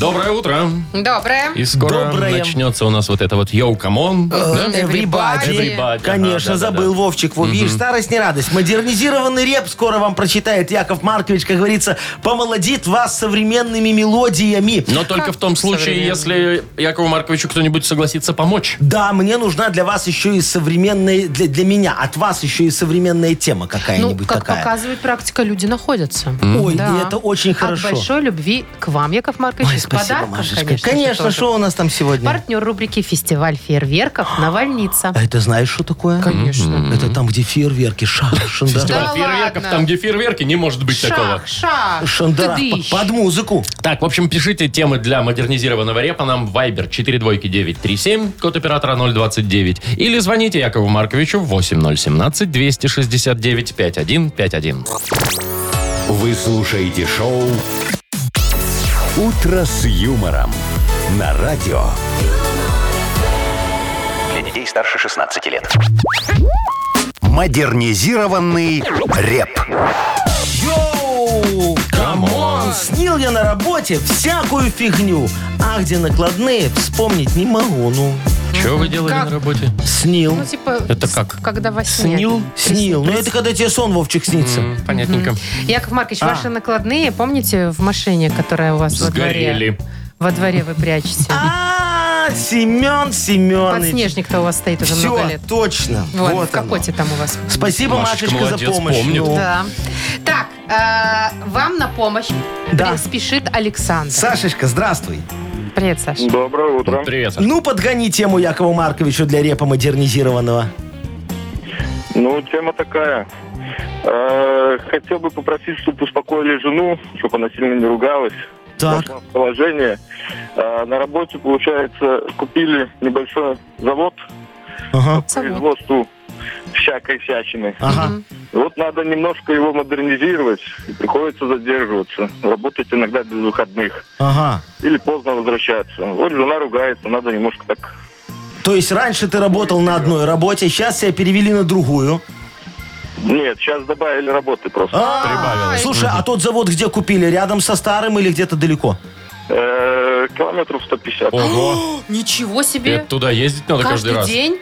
Speaker 2: Доброе утро.
Speaker 3: Доброе.
Speaker 2: И скоро
Speaker 4: Доброе. Э,
Speaker 2: начнется у нас вот это вот «Йоу, камон». Да?
Speaker 4: Everybody.
Speaker 2: Everybody.
Speaker 4: Конечно,
Speaker 2: Ага, да, да,
Speaker 4: забыл,
Speaker 2: да.
Speaker 4: Вовчик. Вот видишь, старость не радость. Модернизированный реп скоро вам прочитает Яков Маркович, как говорится, помолодит вас современными мелодиями.
Speaker 2: Но только в том случае, если Якову Марковичу кто-нибудь согласится помочь.
Speaker 4: Да, мне нужна для вас еще и современная, для, для меня, от вас еще и современная тема
Speaker 3: Ну,
Speaker 4: какая-нибудь
Speaker 3: как
Speaker 4: такая.
Speaker 3: показывает практика, люди находятся.
Speaker 4: Ой,
Speaker 3: Да.
Speaker 4: и это очень хорошо.
Speaker 3: От большой любви к вам, Яков Маркович.
Speaker 4: Ой,
Speaker 3: с
Speaker 4: спасибо,
Speaker 3: подарком,
Speaker 4: Машечка.
Speaker 3: конечно.
Speaker 4: Конечно,
Speaker 3: же,
Speaker 4: что
Speaker 3: тоже.
Speaker 4: у нас там сегодня?
Speaker 3: Партнер рубрики «Фестиваль фейерверков» Навальница.
Speaker 4: А это знаешь, что такое?
Speaker 3: Конечно.
Speaker 4: Это там, где фейерверки, ша- шандара.
Speaker 3: Да
Speaker 2: Фестиваль фейерверков,
Speaker 3: ладно.
Speaker 2: там, где фейерверки, не может быть такого.
Speaker 3: Шах, шах,
Speaker 4: Шандара
Speaker 3: ты
Speaker 4: под-
Speaker 3: дышь.
Speaker 4: под музыку.
Speaker 2: Так, в общем, пишите темы для модернизированного репа нам в Viber 42937, код оператора 029. Или звоните Якову Марковичу 8017-269-5151.
Speaker 1: Вы слушаете шоу «Утро с юмором» на радио.
Speaker 7: Для детей старше 16 лет.
Speaker 1: Модернизированный реп.
Speaker 4: Йоу! Камон! Снил я на работе всякую фигню. А где накладные, вспомнить не могу. Ну,
Speaker 2: Что вы делали
Speaker 3: Как?
Speaker 2: на работе?
Speaker 4: снил.
Speaker 3: Ну, типа,
Speaker 2: Это
Speaker 3: с-
Speaker 2: как?
Speaker 3: когда во сне.
Speaker 4: Снил, снил. Ну,
Speaker 3: Приснилось.
Speaker 4: это А. когда тебе сон, Вовчик, снится.
Speaker 2: М, Понятненько.
Speaker 3: Яков Маркович, ваши накладные, помните, в машине, которая у вас во
Speaker 2: Сгорели.
Speaker 3: дворе? Во дворе вы прячете.
Speaker 4: А, Семен Семенович.
Speaker 3: Подснежник-то у вас стоит уже много
Speaker 4: Все,
Speaker 3: лет.
Speaker 4: точно.
Speaker 3: Вот, в
Speaker 4: Вот оно.
Speaker 3: капоте там у вас.
Speaker 4: Спасибо,
Speaker 2: Машечка,
Speaker 4: Машечка,
Speaker 2: молодец,
Speaker 4: за помощь.
Speaker 2: помнит.
Speaker 4: Ну,
Speaker 3: Да. Так, э, вам на помощь
Speaker 4: Да.
Speaker 3: при- спешит Александр.
Speaker 4: Сашечка, здравствуй.
Speaker 3: Привет, Саша.
Speaker 8: Доброе утро.
Speaker 2: Привет. Саш.
Speaker 4: Ну, подгони тему Якову Марковичу для репа модернизированного.
Speaker 8: Ну, тема такая. Э, Хотел бы попросить, чтобы успокоили жену, чтобы она сильно не ругалась.
Speaker 4: Так,
Speaker 8: Пошла в положение. Э, На работе, получается, купили небольшой завод
Speaker 4: ага,
Speaker 8: по производству всякой всячины.
Speaker 4: ага.
Speaker 8: Вот надо немножко его модернизировать, и приходится задерживаться, работать иногда без выходных
Speaker 4: Ага.
Speaker 8: или поздно возвращаться. Вот жена ругается, надо немножко так.
Speaker 4: То есть раньше ты работал на одной работе, сейчас тебя перевели на другую.
Speaker 8: Нет, сейчас добавили работы просто.
Speaker 4: А,
Speaker 2: Прибавилось.
Speaker 4: Слушай, а тот завод где купили? Рядом со старым или где-то далеко?
Speaker 8: Э, Километров 150.
Speaker 2: Ого.
Speaker 3: Ничего себе.
Speaker 2: Это туда ездить надо каждый,
Speaker 3: Каждый
Speaker 2: раз.
Speaker 3: день?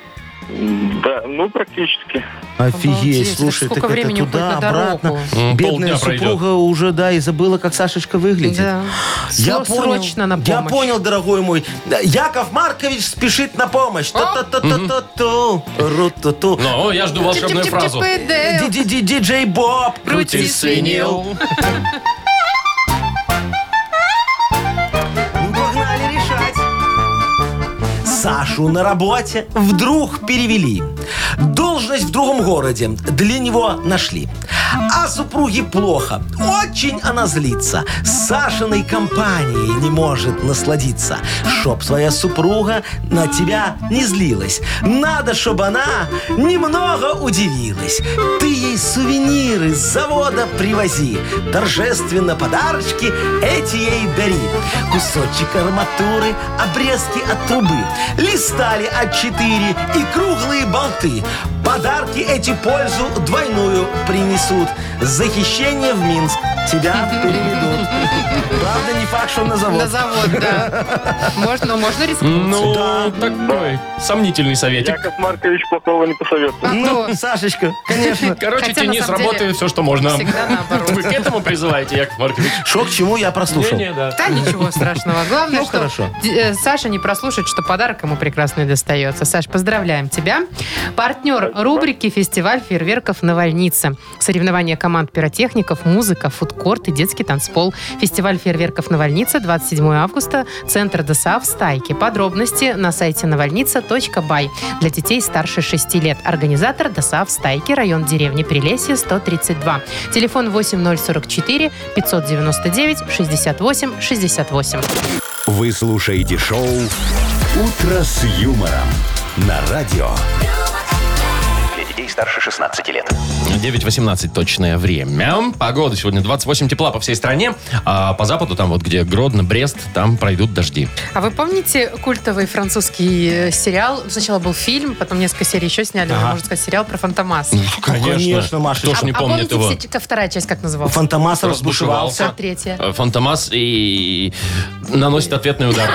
Speaker 8: М, Да, ну практически.
Speaker 4: Офигеть,
Speaker 3: Обалдеть,
Speaker 4: слушай,
Speaker 3: сколько
Speaker 4: так это
Speaker 3: времени уходит
Speaker 4: туда,
Speaker 3: на дорогу? Ну,
Speaker 4: обратно.
Speaker 2: М,
Speaker 4: Бедная
Speaker 2: полдня пройдет.
Speaker 4: супруга уже, да, и забыла, как Сашечка выглядит.
Speaker 3: Да. Сло- Срочно на помощь.
Speaker 4: я понял, дорогой мой. Да, Яков Маркович спешит на помощь. Та-та-та-та-та-ту, ру-ту-ту.
Speaker 2: Ну, я жду волшебную фразу.
Speaker 3: Чип-чип-чип-чип-пэ-дэ.
Speaker 4: Ди-ди-ди- Диджей Боб.
Speaker 3: Крути свинил.
Speaker 4: Ну, погнали решать. Сашу на работе вдруг перевели. Должность в другом городе для него нашли. А супруге плохо. Очень она злится. С Сашиной компанией не может насладиться. Чтоб своя супруга на тебя не злилась. Надо, чтобы она немного удивилась. Ты ей сувениры с завода привози. Торжественно подарочки эти ей дари. Кусочек арматуры, обрезки от трубы, листали от 4 и круглые болты. Подарки эти пользу двойную принесут. За хищение в Минск тебя переведут. Правда, не факт, что на завод.
Speaker 3: э, На завод, да. Можно, можно рискнуть.
Speaker 2: Ну, такой сомнительный советик.
Speaker 8: Яков Маркович плохого не
Speaker 3: А
Speaker 8: посоветует.
Speaker 4: Ну, Сашечка, конечно.
Speaker 2: Короче,
Speaker 3: Хотя, на
Speaker 2: тяни с
Speaker 3: самом
Speaker 2: работы
Speaker 3: деле,
Speaker 2: все, что можно.
Speaker 3: всегда наоборот.
Speaker 2: ну, Вы к этому призываете, Яков Маркович?
Speaker 4: Шо к чему я прослушал?
Speaker 2: Не-не, да.
Speaker 3: Да ничего страшного. Главное,
Speaker 4: Ну,
Speaker 3: что
Speaker 4: хорошо.
Speaker 3: д- э, Саша не прослушает, что подарок ему прекрасный достается. Саш, поздравляем тебя. Партнер рубрики «Фестиваль фейерверков Навальница». Соревнования команд пиротехников, музыка, фудкорт и детский танцпол. Фестиваль фейерверков Навальница 27 августа. Центр ДСА в Стайке. Подробности на сайте навальница.бай. Для детей старше 6 лет. Организатор ДСА в Стайке. Район деревни Прелесье, 132. Телефон 8044 599 68 68.
Speaker 1: Вы слушаете шоу «Утро с юмором» на радио.
Speaker 7: Для детей старше 16 лет.
Speaker 2: 9.18 точное время. Погода сегодня 28 тепла по всей стране. А по западу, там вот где Гродно, Брест, там пройдут дожди.
Speaker 3: А вы помните культовый французский э, сериал? Сначала был фильм, потом несколько серий еще сняли,
Speaker 2: Ага.
Speaker 3: можно сказать, сериал про Фантомас.
Speaker 4: Ну, конечно, Машечка.
Speaker 2: Кто ж не
Speaker 3: а
Speaker 2: помнит
Speaker 3: помните,
Speaker 2: его?
Speaker 3: все- ка- вторая часть как называлась?
Speaker 4: Фантомас
Speaker 2: Разбушевался.
Speaker 4: разбушевался.
Speaker 3: А третья.
Speaker 2: Э, Фантомас и наносит ответный удар.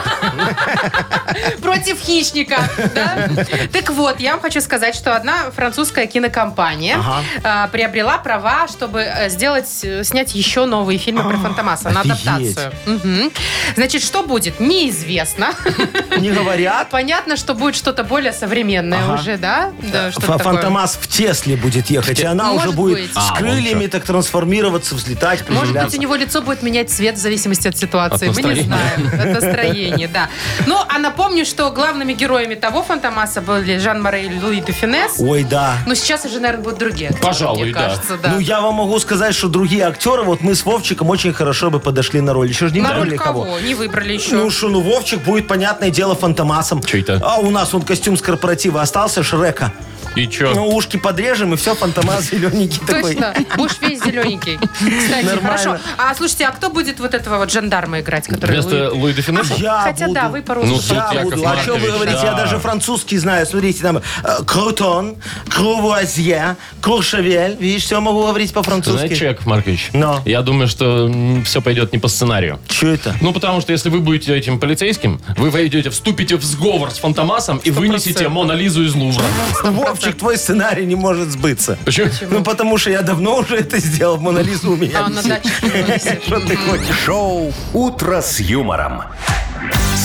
Speaker 3: Против хищника, да? Так вот, я вам хочу сказать, что одна французская кинокомпания э, приобрела права, чтобы э, сделать, э, снять еще новые фильмы про Фантомаса на
Speaker 4: А, офигеть.
Speaker 3: адаптацию. Мгм. Значит, что будет? Неизвестно.
Speaker 4: Не говорят.
Speaker 3: Понятно, что будет что-то более современное
Speaker 4: Ага.
Speaker 3: уже, да? Да, что-то
Speaker 4: Фа-
Speaker 3: такое.
Speaker 4: Фантомас в Тесле будет ехать, и она
Speaker 3: Может
Speaker 4: уже будет
Speaker 3: быть.
Speaker 2: А,
Speaker 4: с
Speaker 2: вон
Speaker 4: крыльями так трансформироваться, взлетать,
Speaker 3: Может быть,
Speaker 4: приземляться.
Speaker 3: у него лицо будет менять цвет в зависимости от ситуации.
Speaker 2: От
Speaker 3: Мы не
Speaker 2: настроения.
Speaker 3: знаем. От настроения, да. Ну, а напомню, что главными героями того Фантомаса были Жан Морей и Луи де Финес.
Speaker 4: Ой, да.
Speaker 3: Ну, сейчас уже, наверное, будут другие актеры,
Speaker 2: Пожалуй,
Speaker 3: мне
Speaker 2: да.
Speaker 3: кажется, да.
Speaker 4: Ну, я вам могу сказать, что другие актеры, вот мы с Вовчиком очень хорошо бы подошли на роль. Еще же не
Speaker 3: На
Speaker 4: выбрали
Speaker 3: роль кого? Не выбрали еще.
Speaker 4: Ну что, ну Вовчик будет, понятное дело, фантомасом.
Speaker 2: Чей-то?
Speaker 4: А у нас он костюм с корпоратива остался, Шрека.
Speaker 2: И чё?
Speaker 4: Ну, ушки подрежем, и все, фантомас зелененький такой.
Speaker 3: Точно. Будешь весь зелененький. Кстати,
Speaker 4: Нормально.
Speaker 3: хорошо. А слушайте, а кто будет вот этого вот жандарма играть, который...
Speaker 2: Вместо
Speaker 3: Луи-
Speaker 2: Луи де Финесса?
Speaker 4: Я
Speaker 3: Хотя да,
Speaker 4: буду.
Speaker 3: вы по-русски.
Speaker 2: Ну,
Speaker 3: тоже.
Speaker 2: Тут
Speaker 4: Я
Speaker 2: Яков
Speaker 4: буду. О чем А вы
Speaker 2: Маркович,
Speaker 4: говорите?
Speaker 2: да.
Speaker 4: Я даже французский знаю. Смотрите, там э, крутон, крувуазье, куршевель. Видишь, все могу говорить
Speaker 2: Знаете,
Speaker 4: по-французски.
Speaker 2: Яков Маркович,
Speaker 4: Но.
Speaker 2: я думаю, что все пойдет не по сценарию.
Speaker 4: Что это?
Speaker 2: Ну, потому что если вы будете этим полицейским, вы войдете, вступите в сговор с Фантомасом и вынесете Мона Лизу из Лувра.
Speaker 4: Вовчик, твой сценарий не может сбыться.
Speaker 2: Почему?
Speaker 4: Ну, потому что я давно уже это сделал. Монализа у меня
Speaker 3: А он на
Speaker 4: висит.
Speaker 3: даче висит.
Speaker 4: Что ты хочешь?
Speaker 1: Шоу «Утро с юмором».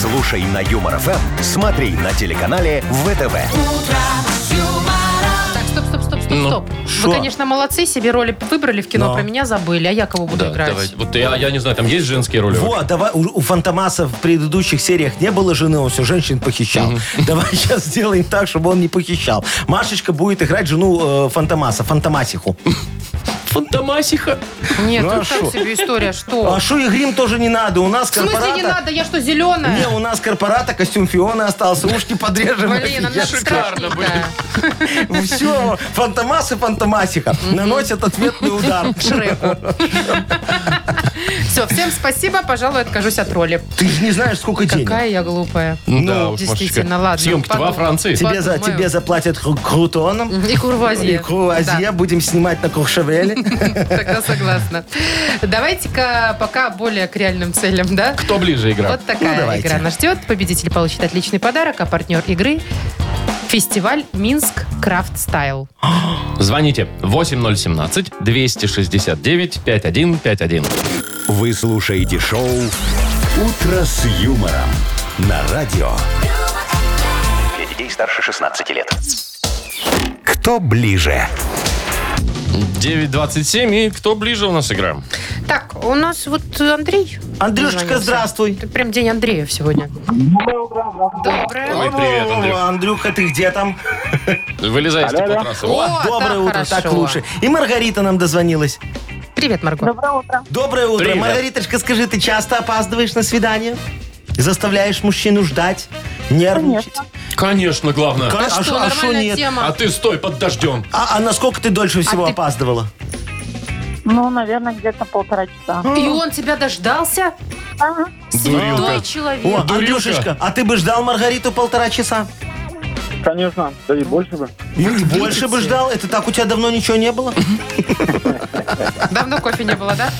Speaker 1: Слушай на Юмор ФМ, смотри на телеканале ВТВ.
Speaker 3: Так, стоп, стоп, стоп, стоп,
Speaker 2: Ну,
Speaker 3: стоп.
Speaker 4: шо?
Speaker 3: Вы, конечно, молодцы, себе роли выбрали в кино, про меня забыли, а я кого буду
Speaker 2: Да,
Speaker 3: играть?
Speaker 2: давайте. Вот я, я не знаю, там есть женские роли?
Speaker 4: Вот, давай, у, у Фантомаса в предыдущих сериях не было жены, он все женщин похищал. Давай сейчас сделаем так, чтобы он не похищал. Машечка будет играть жену э, Фантомаса, Фантомасиху.
Speaker 2: Фантомасиха.
Speaker 3: Нет,
Speaker 4: Ну, а
Speaker 3: тут
Speaker 4: шо?
Speaker 3: так себе история, что?
Speaker 4: А шо и грим тоже не надо, у нас
Speaker 3: В смысле не
Speaker 4: корпората...
Speaker 3: надо, я что, зеленая?
Speaker 4: Не, у нас корпората, костюм Фиона остался, ушки подрежем.
Speaker 3: Блин, она
Speaker 2: шикарно
Speaker 3: страшненькая.
Speaker 4: Все, Фантомас и Фантомасиха наносят ответный удар.
Speaker 3: Все, всем спасибо, пожалуй, откажусь от роли.
Speaker 4: Ты же не знаешь, сколько денег.
Speaker 3: Какая я глупая.
Speaker 2: Ну, да, уж,
Speaker 3: действительно,
Speaker 2: Машечка.
Speaker 3: ладно.
Speaker 2: Съемки-то во
Speaker 3: подумаю.
Speaker 2: Франции.
Speaker 4: Тебе, за,
Speaker 3: Подумаю.
Speaker 4: тебе заплатят кру- крутоном.
Speaker 3: И курвазье.
Speaker 4: И круазье будем снимать на Куршевеле.
Speaker 3: Да, тогда согласна. Давайте-ка пока более к реальным целям, да?
Speaker 2: Кто ближе игра?
Speaker 3: Вот такая
Speaker 4: Ну, давайте.
Speaker 3: игра нас ждет. Победитель получит отличный подарок, а партнер игры – фестиваль «Минск Крафт Стайл».
Speaker 2: Звоните 8017-269-5151.
Speaker 1: Вы слушаете шоу «Утро с юмором» на радио.
Speaker 7: Для детей старше 16 лет.
Speaker 1: Кто ближе?
Speaker 2: 927. И кто ближе у нас игра?
Speaker 3: Так, у нас вот Андрей.
Speaker 4: Андрюшечка,
Speaker 3: дозвонился.
Speaker 4: здравствуй.
Speaker 3: Это прям день Андреев сегодня. Доброе.
Speaker 2: Ой, привет, Андрюх.
Speaker 4: О, Андрюха, ты где там?
Speaker 2: Вылезай из теплотрассы. О,
Speaker 3: О,
Speaker 4: Доброе
Speaker 3: так
Speaker 4: утро,
Speaker 3: хорошо.
Speaker 4: так лучше. А И Маргарита нам дозвонилась.
Speaker 3: Привет, Марго.
Speaker 6: Доброе утро.
Speaker 4: Доброе утро.
Speaker 2: Привет.
Speaker 4: Маргариточка, скажи, ты часто опаздываешь на свидание? Заставляешь мужчину ждать? Нервничать?
Speaker 2: Конечно, главное.
Speaker 4: Ка-
Speaker 3: что,
Speaker 4: шо- шо
Speaker 3: нормальная
Speaker 4: нет?
Speaker 3: тема.
Speaker 2: А ты стой под дождем.
Speaker 4: А, а насколько ты дольше всего
Speaker 3: ты-
Speaker 4: опаздывала?
Speaker 6: Ну, наверное, где-то полтора часа.
Speaker 4: А
Speaker 3: И он тебя дождался?
Speaker 2: Дурилка.
Speaker 3: Святой
Speaker 4: О,
Speaker 3: человек.
Speaker 2: дурилка.
Speaker 4: Андрюшечка, а ты бы ждал Маргариту полтора часа?
Speaker 8: Конечно, да и больше бы.
Speaker 4: Ну, и больше бы ждал. Это так у тебя давно ничего не было?
Speaker 3: Давно кофе не было, да?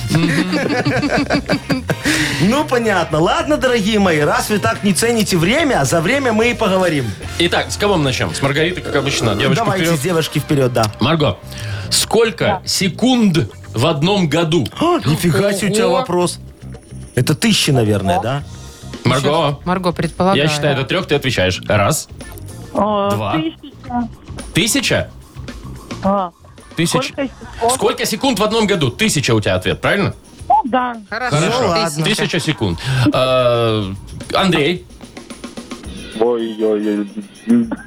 Speaker 4: Ну, понятно. Ладно, дорогие мои, раз вы так не цените время, за время мы и поговорим.
Speaker 2: Итак, с кого мы начнем? С Маргариты, как обычно. Девочка
Speaker 4: Давайте
Speaker 2: вперед.
Speaker 4: с девушки вперед, да.
Speaker 2: Марго, сколько секунд в одном году?
Speaker 4: А, нифига себе у тебя
Speaker 3: Ого.
Speaker 4: вопрос. Это тысячи, наверное, да?
Speaker 2: Марго,
Speaker 3: Марго, предполагаю.
Speaker 2: я считаю до трех, ты отвечаешь. Раз. Два.
Speaker 6: Тысяча.
Speaker 2: Тысяча?
Speaker 6: Э, А,
Speaker 2: Тысяч.
Speaker 6: Сколько секунд?
Speaker 2: Сколько секунд в одном году? Тысяча у тебя ответ, правильно?
Speaker 6: Ну, да.
Speaker 3: Хорошо.
Speaker 2: Хорошо.
Speaker 4: Ну, ладно.
Speaker 2: Тысяча секунд. Э, Андрей,
Speaker 8: Ой-ой-ой,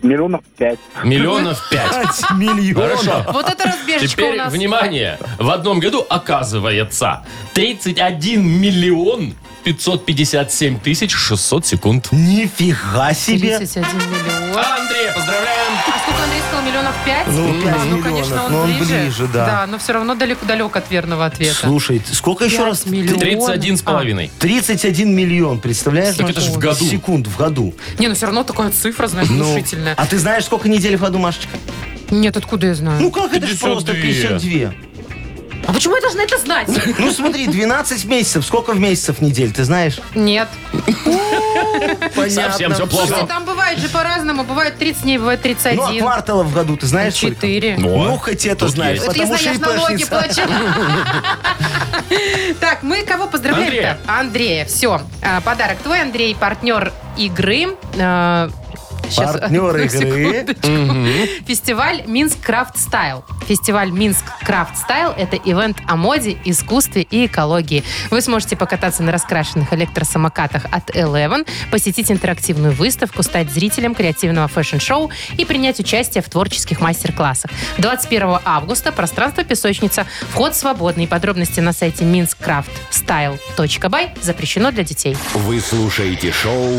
Speaker 8: миллионов пять.
Speaker 2: миллионов пять.
Speaker 4: Пять миллионов.
Speaker 2: Хорошо.
Speaker 3: Вот это разбежечка у
Speaker 2: Теперь,
Speaker 3: нас.
Speaker 2: внимание, в одном году оказывается 31 миллион 557 тысяч 600 секунд.
Speaker 4: Нифига себе.
Speaker 3: 31 миллион.
Speaker 2: Андрей, поздравляем!
Speaker 3: А сколько Андрей сказал? Миллионов пять?
Speaker 4: Ну,
Speaker 3: А,
Speaker 4: пять
Speaker 3: ну, конечно,
Speaker 4: миллионов,
Speaker 3: он,
Speaker 4: но он
Speaker 3: ближе.
Speaker 4: ближе, да.
Speaker 3: Да, но все равно далеко-далек от верного ответа.
Speaker 4: Слушай, сколько еще
Speaker 3: Пять
Speaker 4: раз?
Speaker 3: миллионов. А.
Speaker 2: 31 с половиной.
Speaker 4: 31 миллион, представляешь?
Speaker 2: Так это ж в
Speaker 4: Машечка?
Speaker 2: году.
Speaker 4: Секунд, в году.
Speaker 3: Не, ну все равно такая цифра, знаешь,
Speaker 4: Ну,
Speaker 3: внушительная.
Speaker 4: а ты знаешь, сколько недель в году, Машечка?
Speaker 3: Нет, откуда я знаю?
Speaker 4: Ну как это ж просто
Speaker 2: 52?
Speaker 4: 52?
Speaker 3: а почему я должна это знать?
Speaker 4: Ну смотри, 12 месяцев. Сколько в месяцев недель, ты знаешь?
Speaker 3: Нет.
Speaker 2: Совсем все
Speaker 3: Слушайте,
Speaker 2: плохо.
Speaker 3: там бывает же по-разному. Бывает 30 дней, бывает
Speaker 4: Ну, а
Speaker 3: 31.
Speaker 4: кварталов в году, ты знаешь сколько?
Speaker 3: 4.
Speaker 2: О,
Speaker 4: Ну, хоть это
Speaker 2: а? тут
Speaker 4: знаешь,
Speaker 2: есть.
Speaker 3: Вот я
Speaker 4: потому что
Speaker 3: знаю, я ж налоги
Speaker 4: ИПшница.
Speaker 3: плачу. Так, мы кого поздравляем-то? Андрея. Все, подарок твой, Андрей, партнер игры. Э, щас,
Speaker 4: Партнер
Speaker 3: одну
Speaker 4: игры.
Speaker 3: секундочку. Фестиваль Минск Крафт Стайл. Фестиваль Минск Крафт Стайл – это ивент о моде, искусстве и экологии. Вы сможете покататься на раскрашенных электросамокатах от Eleven, посетить интерактивную выставку, стать зрителем креативного фэшн-шоу и принять участие в творческих мастер-классах. 21 августа пространство «Песочница». Вход свободный. Подробности на сайте minskcraftstyle.by. Запрещено для детей.
Speaker 1: Вы слушаете шоу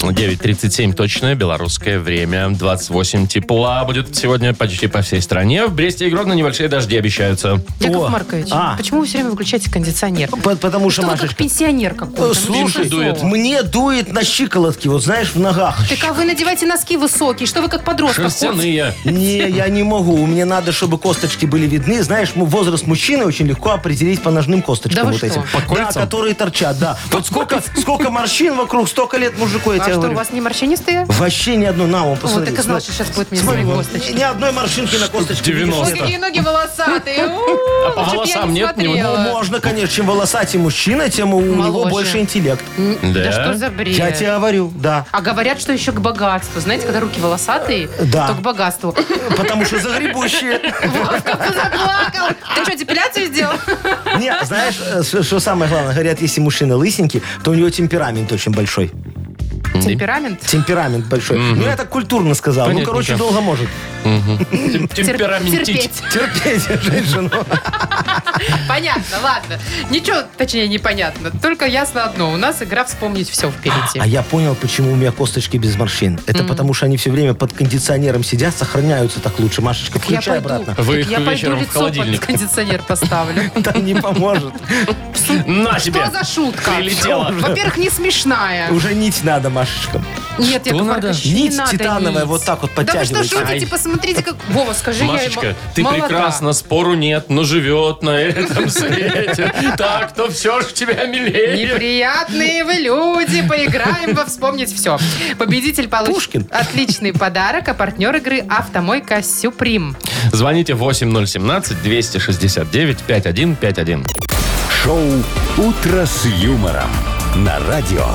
Speaker 2: 9.37 точное белорусское время. 28 тепла будет сегодня почти по всей стране. В Бресте и Гродно небольшие дожди обещаются.
Speaker 3: Яков
Speaker 4: О,
Speaker 3: Маркович,
Speaker 4: а.
Speaker 3: почему вы все время выключаете кондиционер?
Speaker 4: По- Потому что,
Speaker 3: Что вы как
Speaker 4: Машечка,
Speaker 3: пенсионер
Speaker 4: э,
Speaker 3: какой-то. ну,
Speaker 4: слушай,
Speaker 3: что
Speaker 2: дует.
Speaker 3: за слово?
Speaker 4: мне дует на щиколотки, вот знаешь, в ногах.
Speaker 3: Так а вы надевайте носки высокие, что вы как подросток ходите?
Speaker 2: Шерстяные.
Speaker 4: Не, я не могу. Мне надо, чтобы косточки были видны. Знаешь, м- возраст мужчины очень легко определить по ножным косточкам
Speaker 3: Да вы
Speaker 4: вот
Speaker 3: что?
Speaker 4: этим.
Speaker 2: По
Speaker 4: да,
Speaker 2: кольцам?
Speaker 4: которые торчат, да. Вот сколько, сколько морщин вокруг, столько лет мужику, я
Speaker 3: А
Speaker 4: тебе
Speaker 3: что, у
Speaker 4: говорю.
Speaker 3: вас не морщинистые?
Speaker 4: Вообще ни одной, на, он
Speaker 3: Вот
Speaker 4: посмотри.
Speaker 3: так и знал,
Speaker 4: смотри.
Speaker 3: что сейчас будет мне
Speaker 4: Смотри,
Speaker 3: свои
Speaker 4: вот,
Speaker 3: косточки.
Speaker 4: ни, ни одной морщинки на косточке. видишь,
Speaker 2: 90.
Speaker 4: нету.
Speaker 3: Какие ноги волосатые.
Speaker 2: А по волосам нет, не
Speaker 4: Ну, можно, конечно, чем волосатый мужчина, тем у него
Speaker 3: Моложе.
Speaker 4: больше интеллект.
Speaker 2: Да.
Speaker 3: Да что за бред?
Speaker 4: Я тебе говорю, да.
Speaker 3: А говорят, что еще к богатству. Знаете, когда руки волосатые,
Speaker 4: Да.
Speaker 3: то к богатству.
Speaker 4: Потому что загребущие.
Speaker 3: Ты заплакал. Ты что, депиляцию сделал?
Speaker 4: Не, знаешь, э, что что самое главное, говорят, если мужчина лысенький, то у него темперамент очень большой.
Speaker 3: Темперамент?
Speaker 4: Темперамент большой. Ну, я так культурно сказал. Ну,
Speaker 2: Понятненько.
Speaker 4: короче, долго может.
Speaker 2: Тем-
Speaker 3: Тер-
Speaker 2: Темпераментить.
Speaker 3: Терпеть.
Speaker 4: Терпеть женщину.
Speaker 3: Понятно, ладно. Ничего, точнее, непонятно. Только ясно одно. У нас игра «Вспомнить все» впереди.
Speaker 4: А я понял, почему у меня косточки без морщин. Это потому, что они все время под кондиционером сидят, сохраняются так лучше. Машечка,
Speaker 3: Я
Speaker 4: включай
Speaker 3: пойду,
Speaker 4: обратно.
Speaker 2: Вы
Speaker 3: Так
Speaker 2: их
Speaker 3: я пойду
Speaker 2: вечером в
Speaker 3: лицо под
Speaker 2: холодильник.
Speaker 3: кондиционер поставлю.
Speaker 4: Да не поможет.
Speaker 2: На тебе.
Speaker 3: Что за шутка?
Speaker 2: Прилетело.
Speaker 3: Во-первых, не смешная.
Speaker 4: Уже нить надо, Машечка.
Speaker 3: Нет, Яков
Speaker 2: надо?
Speaker 3: Маркович, не
Speaker 4: Нить
Speaker 3: надо
Speaker 4: титановая
Speaker 3: нить.
Speaker 4: вот так вот
Speaker 3: Да вы что
Speaker 4: подтягивается.
Speaker 3: шутите?
Speaker 2: Ай.
Speaker 3: Посмотрите, как... Вова, скажи, я
Speaker 2: Машечка,
Speaker 3: ему-
Speaker 2: ты
Speaker 3: молода.
Speaker 2: прекрасна, спору нет, но живет на этом свете. Так, то все ж тебя милее.
Speaker 3: Неприятные вы люди. Поиграем во «Вспомнить все». Победитель получит
Speaker 4: Пушкин.
Speaker 3: отличный подарок, а партнер игры «Автомойка Сюприм».
Speaker 2: Звоните 8017-269-5151.
Speaker 1: Шоу «Утро с юмором» на радио.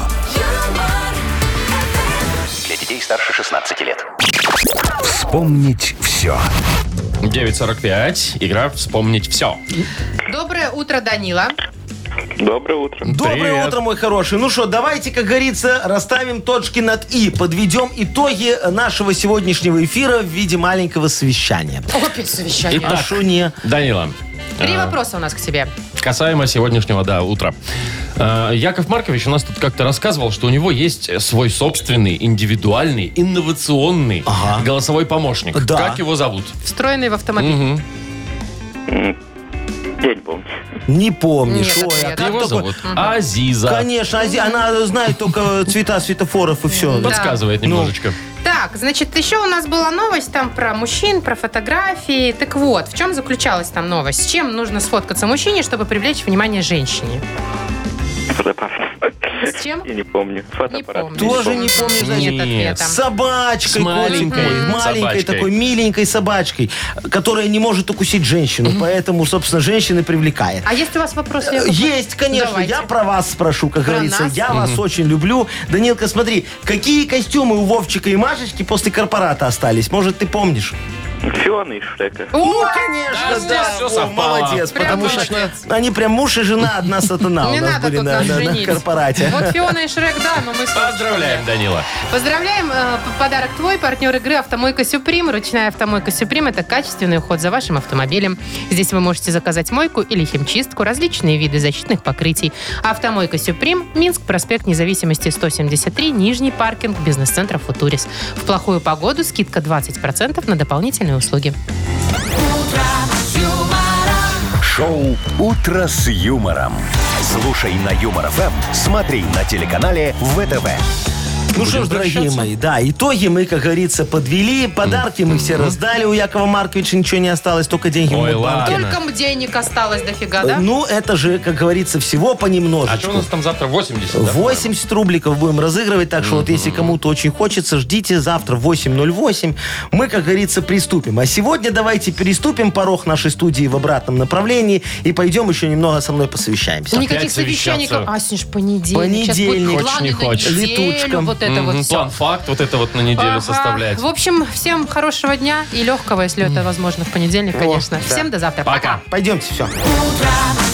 Speaker 7: Для детей старше 16 лет.
Speaker 1: Вспомнить все.
Speaker 2: 9.45. Игра «Вспомнить все».
Speaker 3: Доброе утро, Данила.
Speaker 8: Доброе утро.
Speaker 4: Доброе
Speaker 2: Привет.
Speaker 4: утро, мой хороший. Ну что, давайте, как говорится, расставим точки над «и». Подведем итоги нашего сегодняшнего эфира в виде маленького совещания.
Speaker 3: Опять совещание.
Speaker 4: А шо не?
Speaker 2: Данила,
Speaker 3: Три
Speaker 2: э,
Speaker 3: вопроса у нас к тебе.
Speaker 2: касаемо сегодняшнего, да, утра. Э, Яков Маркович у нас тут как-то рассказывал, что у него есть э, свой собственный, индивидуальный, инновационный
Speaker 4: Ага.
Speaker 2: голосовой помощник.
Speaker 4: Да.
Speaker 2: Как его зовут?
Speaker 3: Встроенный в автомобиль.
Speaker 8: День был.
Speaker 4: Не помнишь.
Speaker 3: Нет,
Speaker 4: Ой, а
Speaker 3: нет.
Speaker 4: как
Speaker 2: его
Speaker 4: такое?
Speaker 2: зовут Азиза.
Speaker 4: Конечно, Ази- она знает только цвета светофоров и все.
Speaker 3: Да. Ну.
Speaker 2: Подсказывает немножечко.
Speaker 3: Так, значит, еще у нас была новость там про мужчин, про фотографии. Так вот, в чем заключалась там новость? С чем нужно сфоткаться мужчине, чтобы привлечь внимание женщине?
Speaker 8: Фотоаппарат.
Speaker 3: С чем?
Speaker 8: Я не помню. Фотоаппарат.
Speaker 3: помню.
Speaker 4: Тоже не помнишь, значит.
Speaker 3: Нет ответа.
Speaker 4: С собачкой,
Speaker 2: С маленькой
Speaker 4: котенькой, маленькой
Speaker 2: собачкой.
Speaker 4: такой миленькой собачкой, которая не может укусить женщину, поэтому, собственно, женщины привлекает.
Speaker 3: А есть у вас вопросы? Яков Маркович?
Speaker 4: Есть, конечно.
Speaker 3: Давайте.
Speaker 4: Я про вас спрошу, как
Speaker 3: Про
Speaker 4: говорится.
Speaker 3: нас?
Speaker 4: Я вас очень люблю. Данилка, смотри, какие костюмы у Вовчика и Машечки после корпората остались? Может, ты помнишь?
Speaker 8: Фиона из Шрека.
Speaker 4: Ну, конечно,
Speaker 2: здесь всё
Speaker 4: Во,
Speaker 2: совпало.
Speaker 4: молодец.
Speaker 3: Прям
Speaker 4: потому что
Speaker 3: молодец.
Speaker 4: они прям муж и жена, одна сатана у
Speaker 3: Не
Speaker 4: нас
Speaker 3: надо
Speaker 4: были
Speaker 3: тут
Speaker 4: на
Speaker 3: нас
Speaker 4: на- на
Speaker 3: женить.
Speaker 4: корпорате.
Speaker 3: Вот Фиона и Шрек, да, но мы с вами
Speaker 2: Поздравляем, Данила.
Speaker 3: Поздравляем! э, п- Подарок твой, партнер игры «Автомойка Сюприм». Ручная «Автомойка Сюприм» — это качественный уход за вашим автомобилем. Здесь вы можете заказать мойку или химчистку, различные виды защитных покрытий. «Автомойка Сюприм», Минск, проспект Независимости, 173, Нижний паркинг, бизнес-центр «Футурис». В плохую погоду скидка 20% на дополнительные услуги.
Speaker 1: Шоу «Утро с юмором». Слушай на Юмор ФМ, смотри на телеканале ВТВ.
Speaker 4: Ну что ж, дорогие мои, да, итоги мы, как говорится, подвели. Подарки мы все раздали. У Якова Марковича ничего не осталось, только деньги в
Speaker 2: Ой,
Speaker 4: Мудбанке.
Speaker 2: ладно.
Speaker 3: Только денег осталось дофига,
Speaker 2: Э,
Speaker 3: да?
Speaker 4: Ну, это же, как говорится, всего
Speaker 2: А что у
Speaker 4: понемножечку.
Speaker 2: нас там завтра 80? да, по-моему?
Speaker 4: 80 рубликов будем разыгрывать, так что вот если кому-то очень хочется, ждите завтра в 8.08. Мы, как говорится, приступим. А сегодня давайте переступим порог нашей студии в обратном направлении и пойдем еще немного со мной посовещаемся.
Speaker 3: Никаких
Speaker 2: опять
Speaker 3: совещаний. как-
Speaker 2: совещаться.
Speaker 3: А, сегодня же понедельник. Сейчас будут
Speaker 4: Понедельник.
Speaker 3: планы
Speaker 2: Хочешь, не
Speaker 3: на
Speaker 2: хочешь.
Speaker 3: неделю,
Speaker 4: Летучка.
Speaker 3: Вот это
Speaker 2: Мгм,
Speaker 3: вот все.
Speaker 2: План факт, вот это вот на неделю
Speaker 3: Ага.
Speaker 2: составлять.
Speaker 3: В общем, всем хорошего дня и легкого, если это возможно, в понедельник, конечно. Всем до завтра.
Speaker 2: Пока.
Speaker 4: Пойдемте, все.
Speaker 10: утро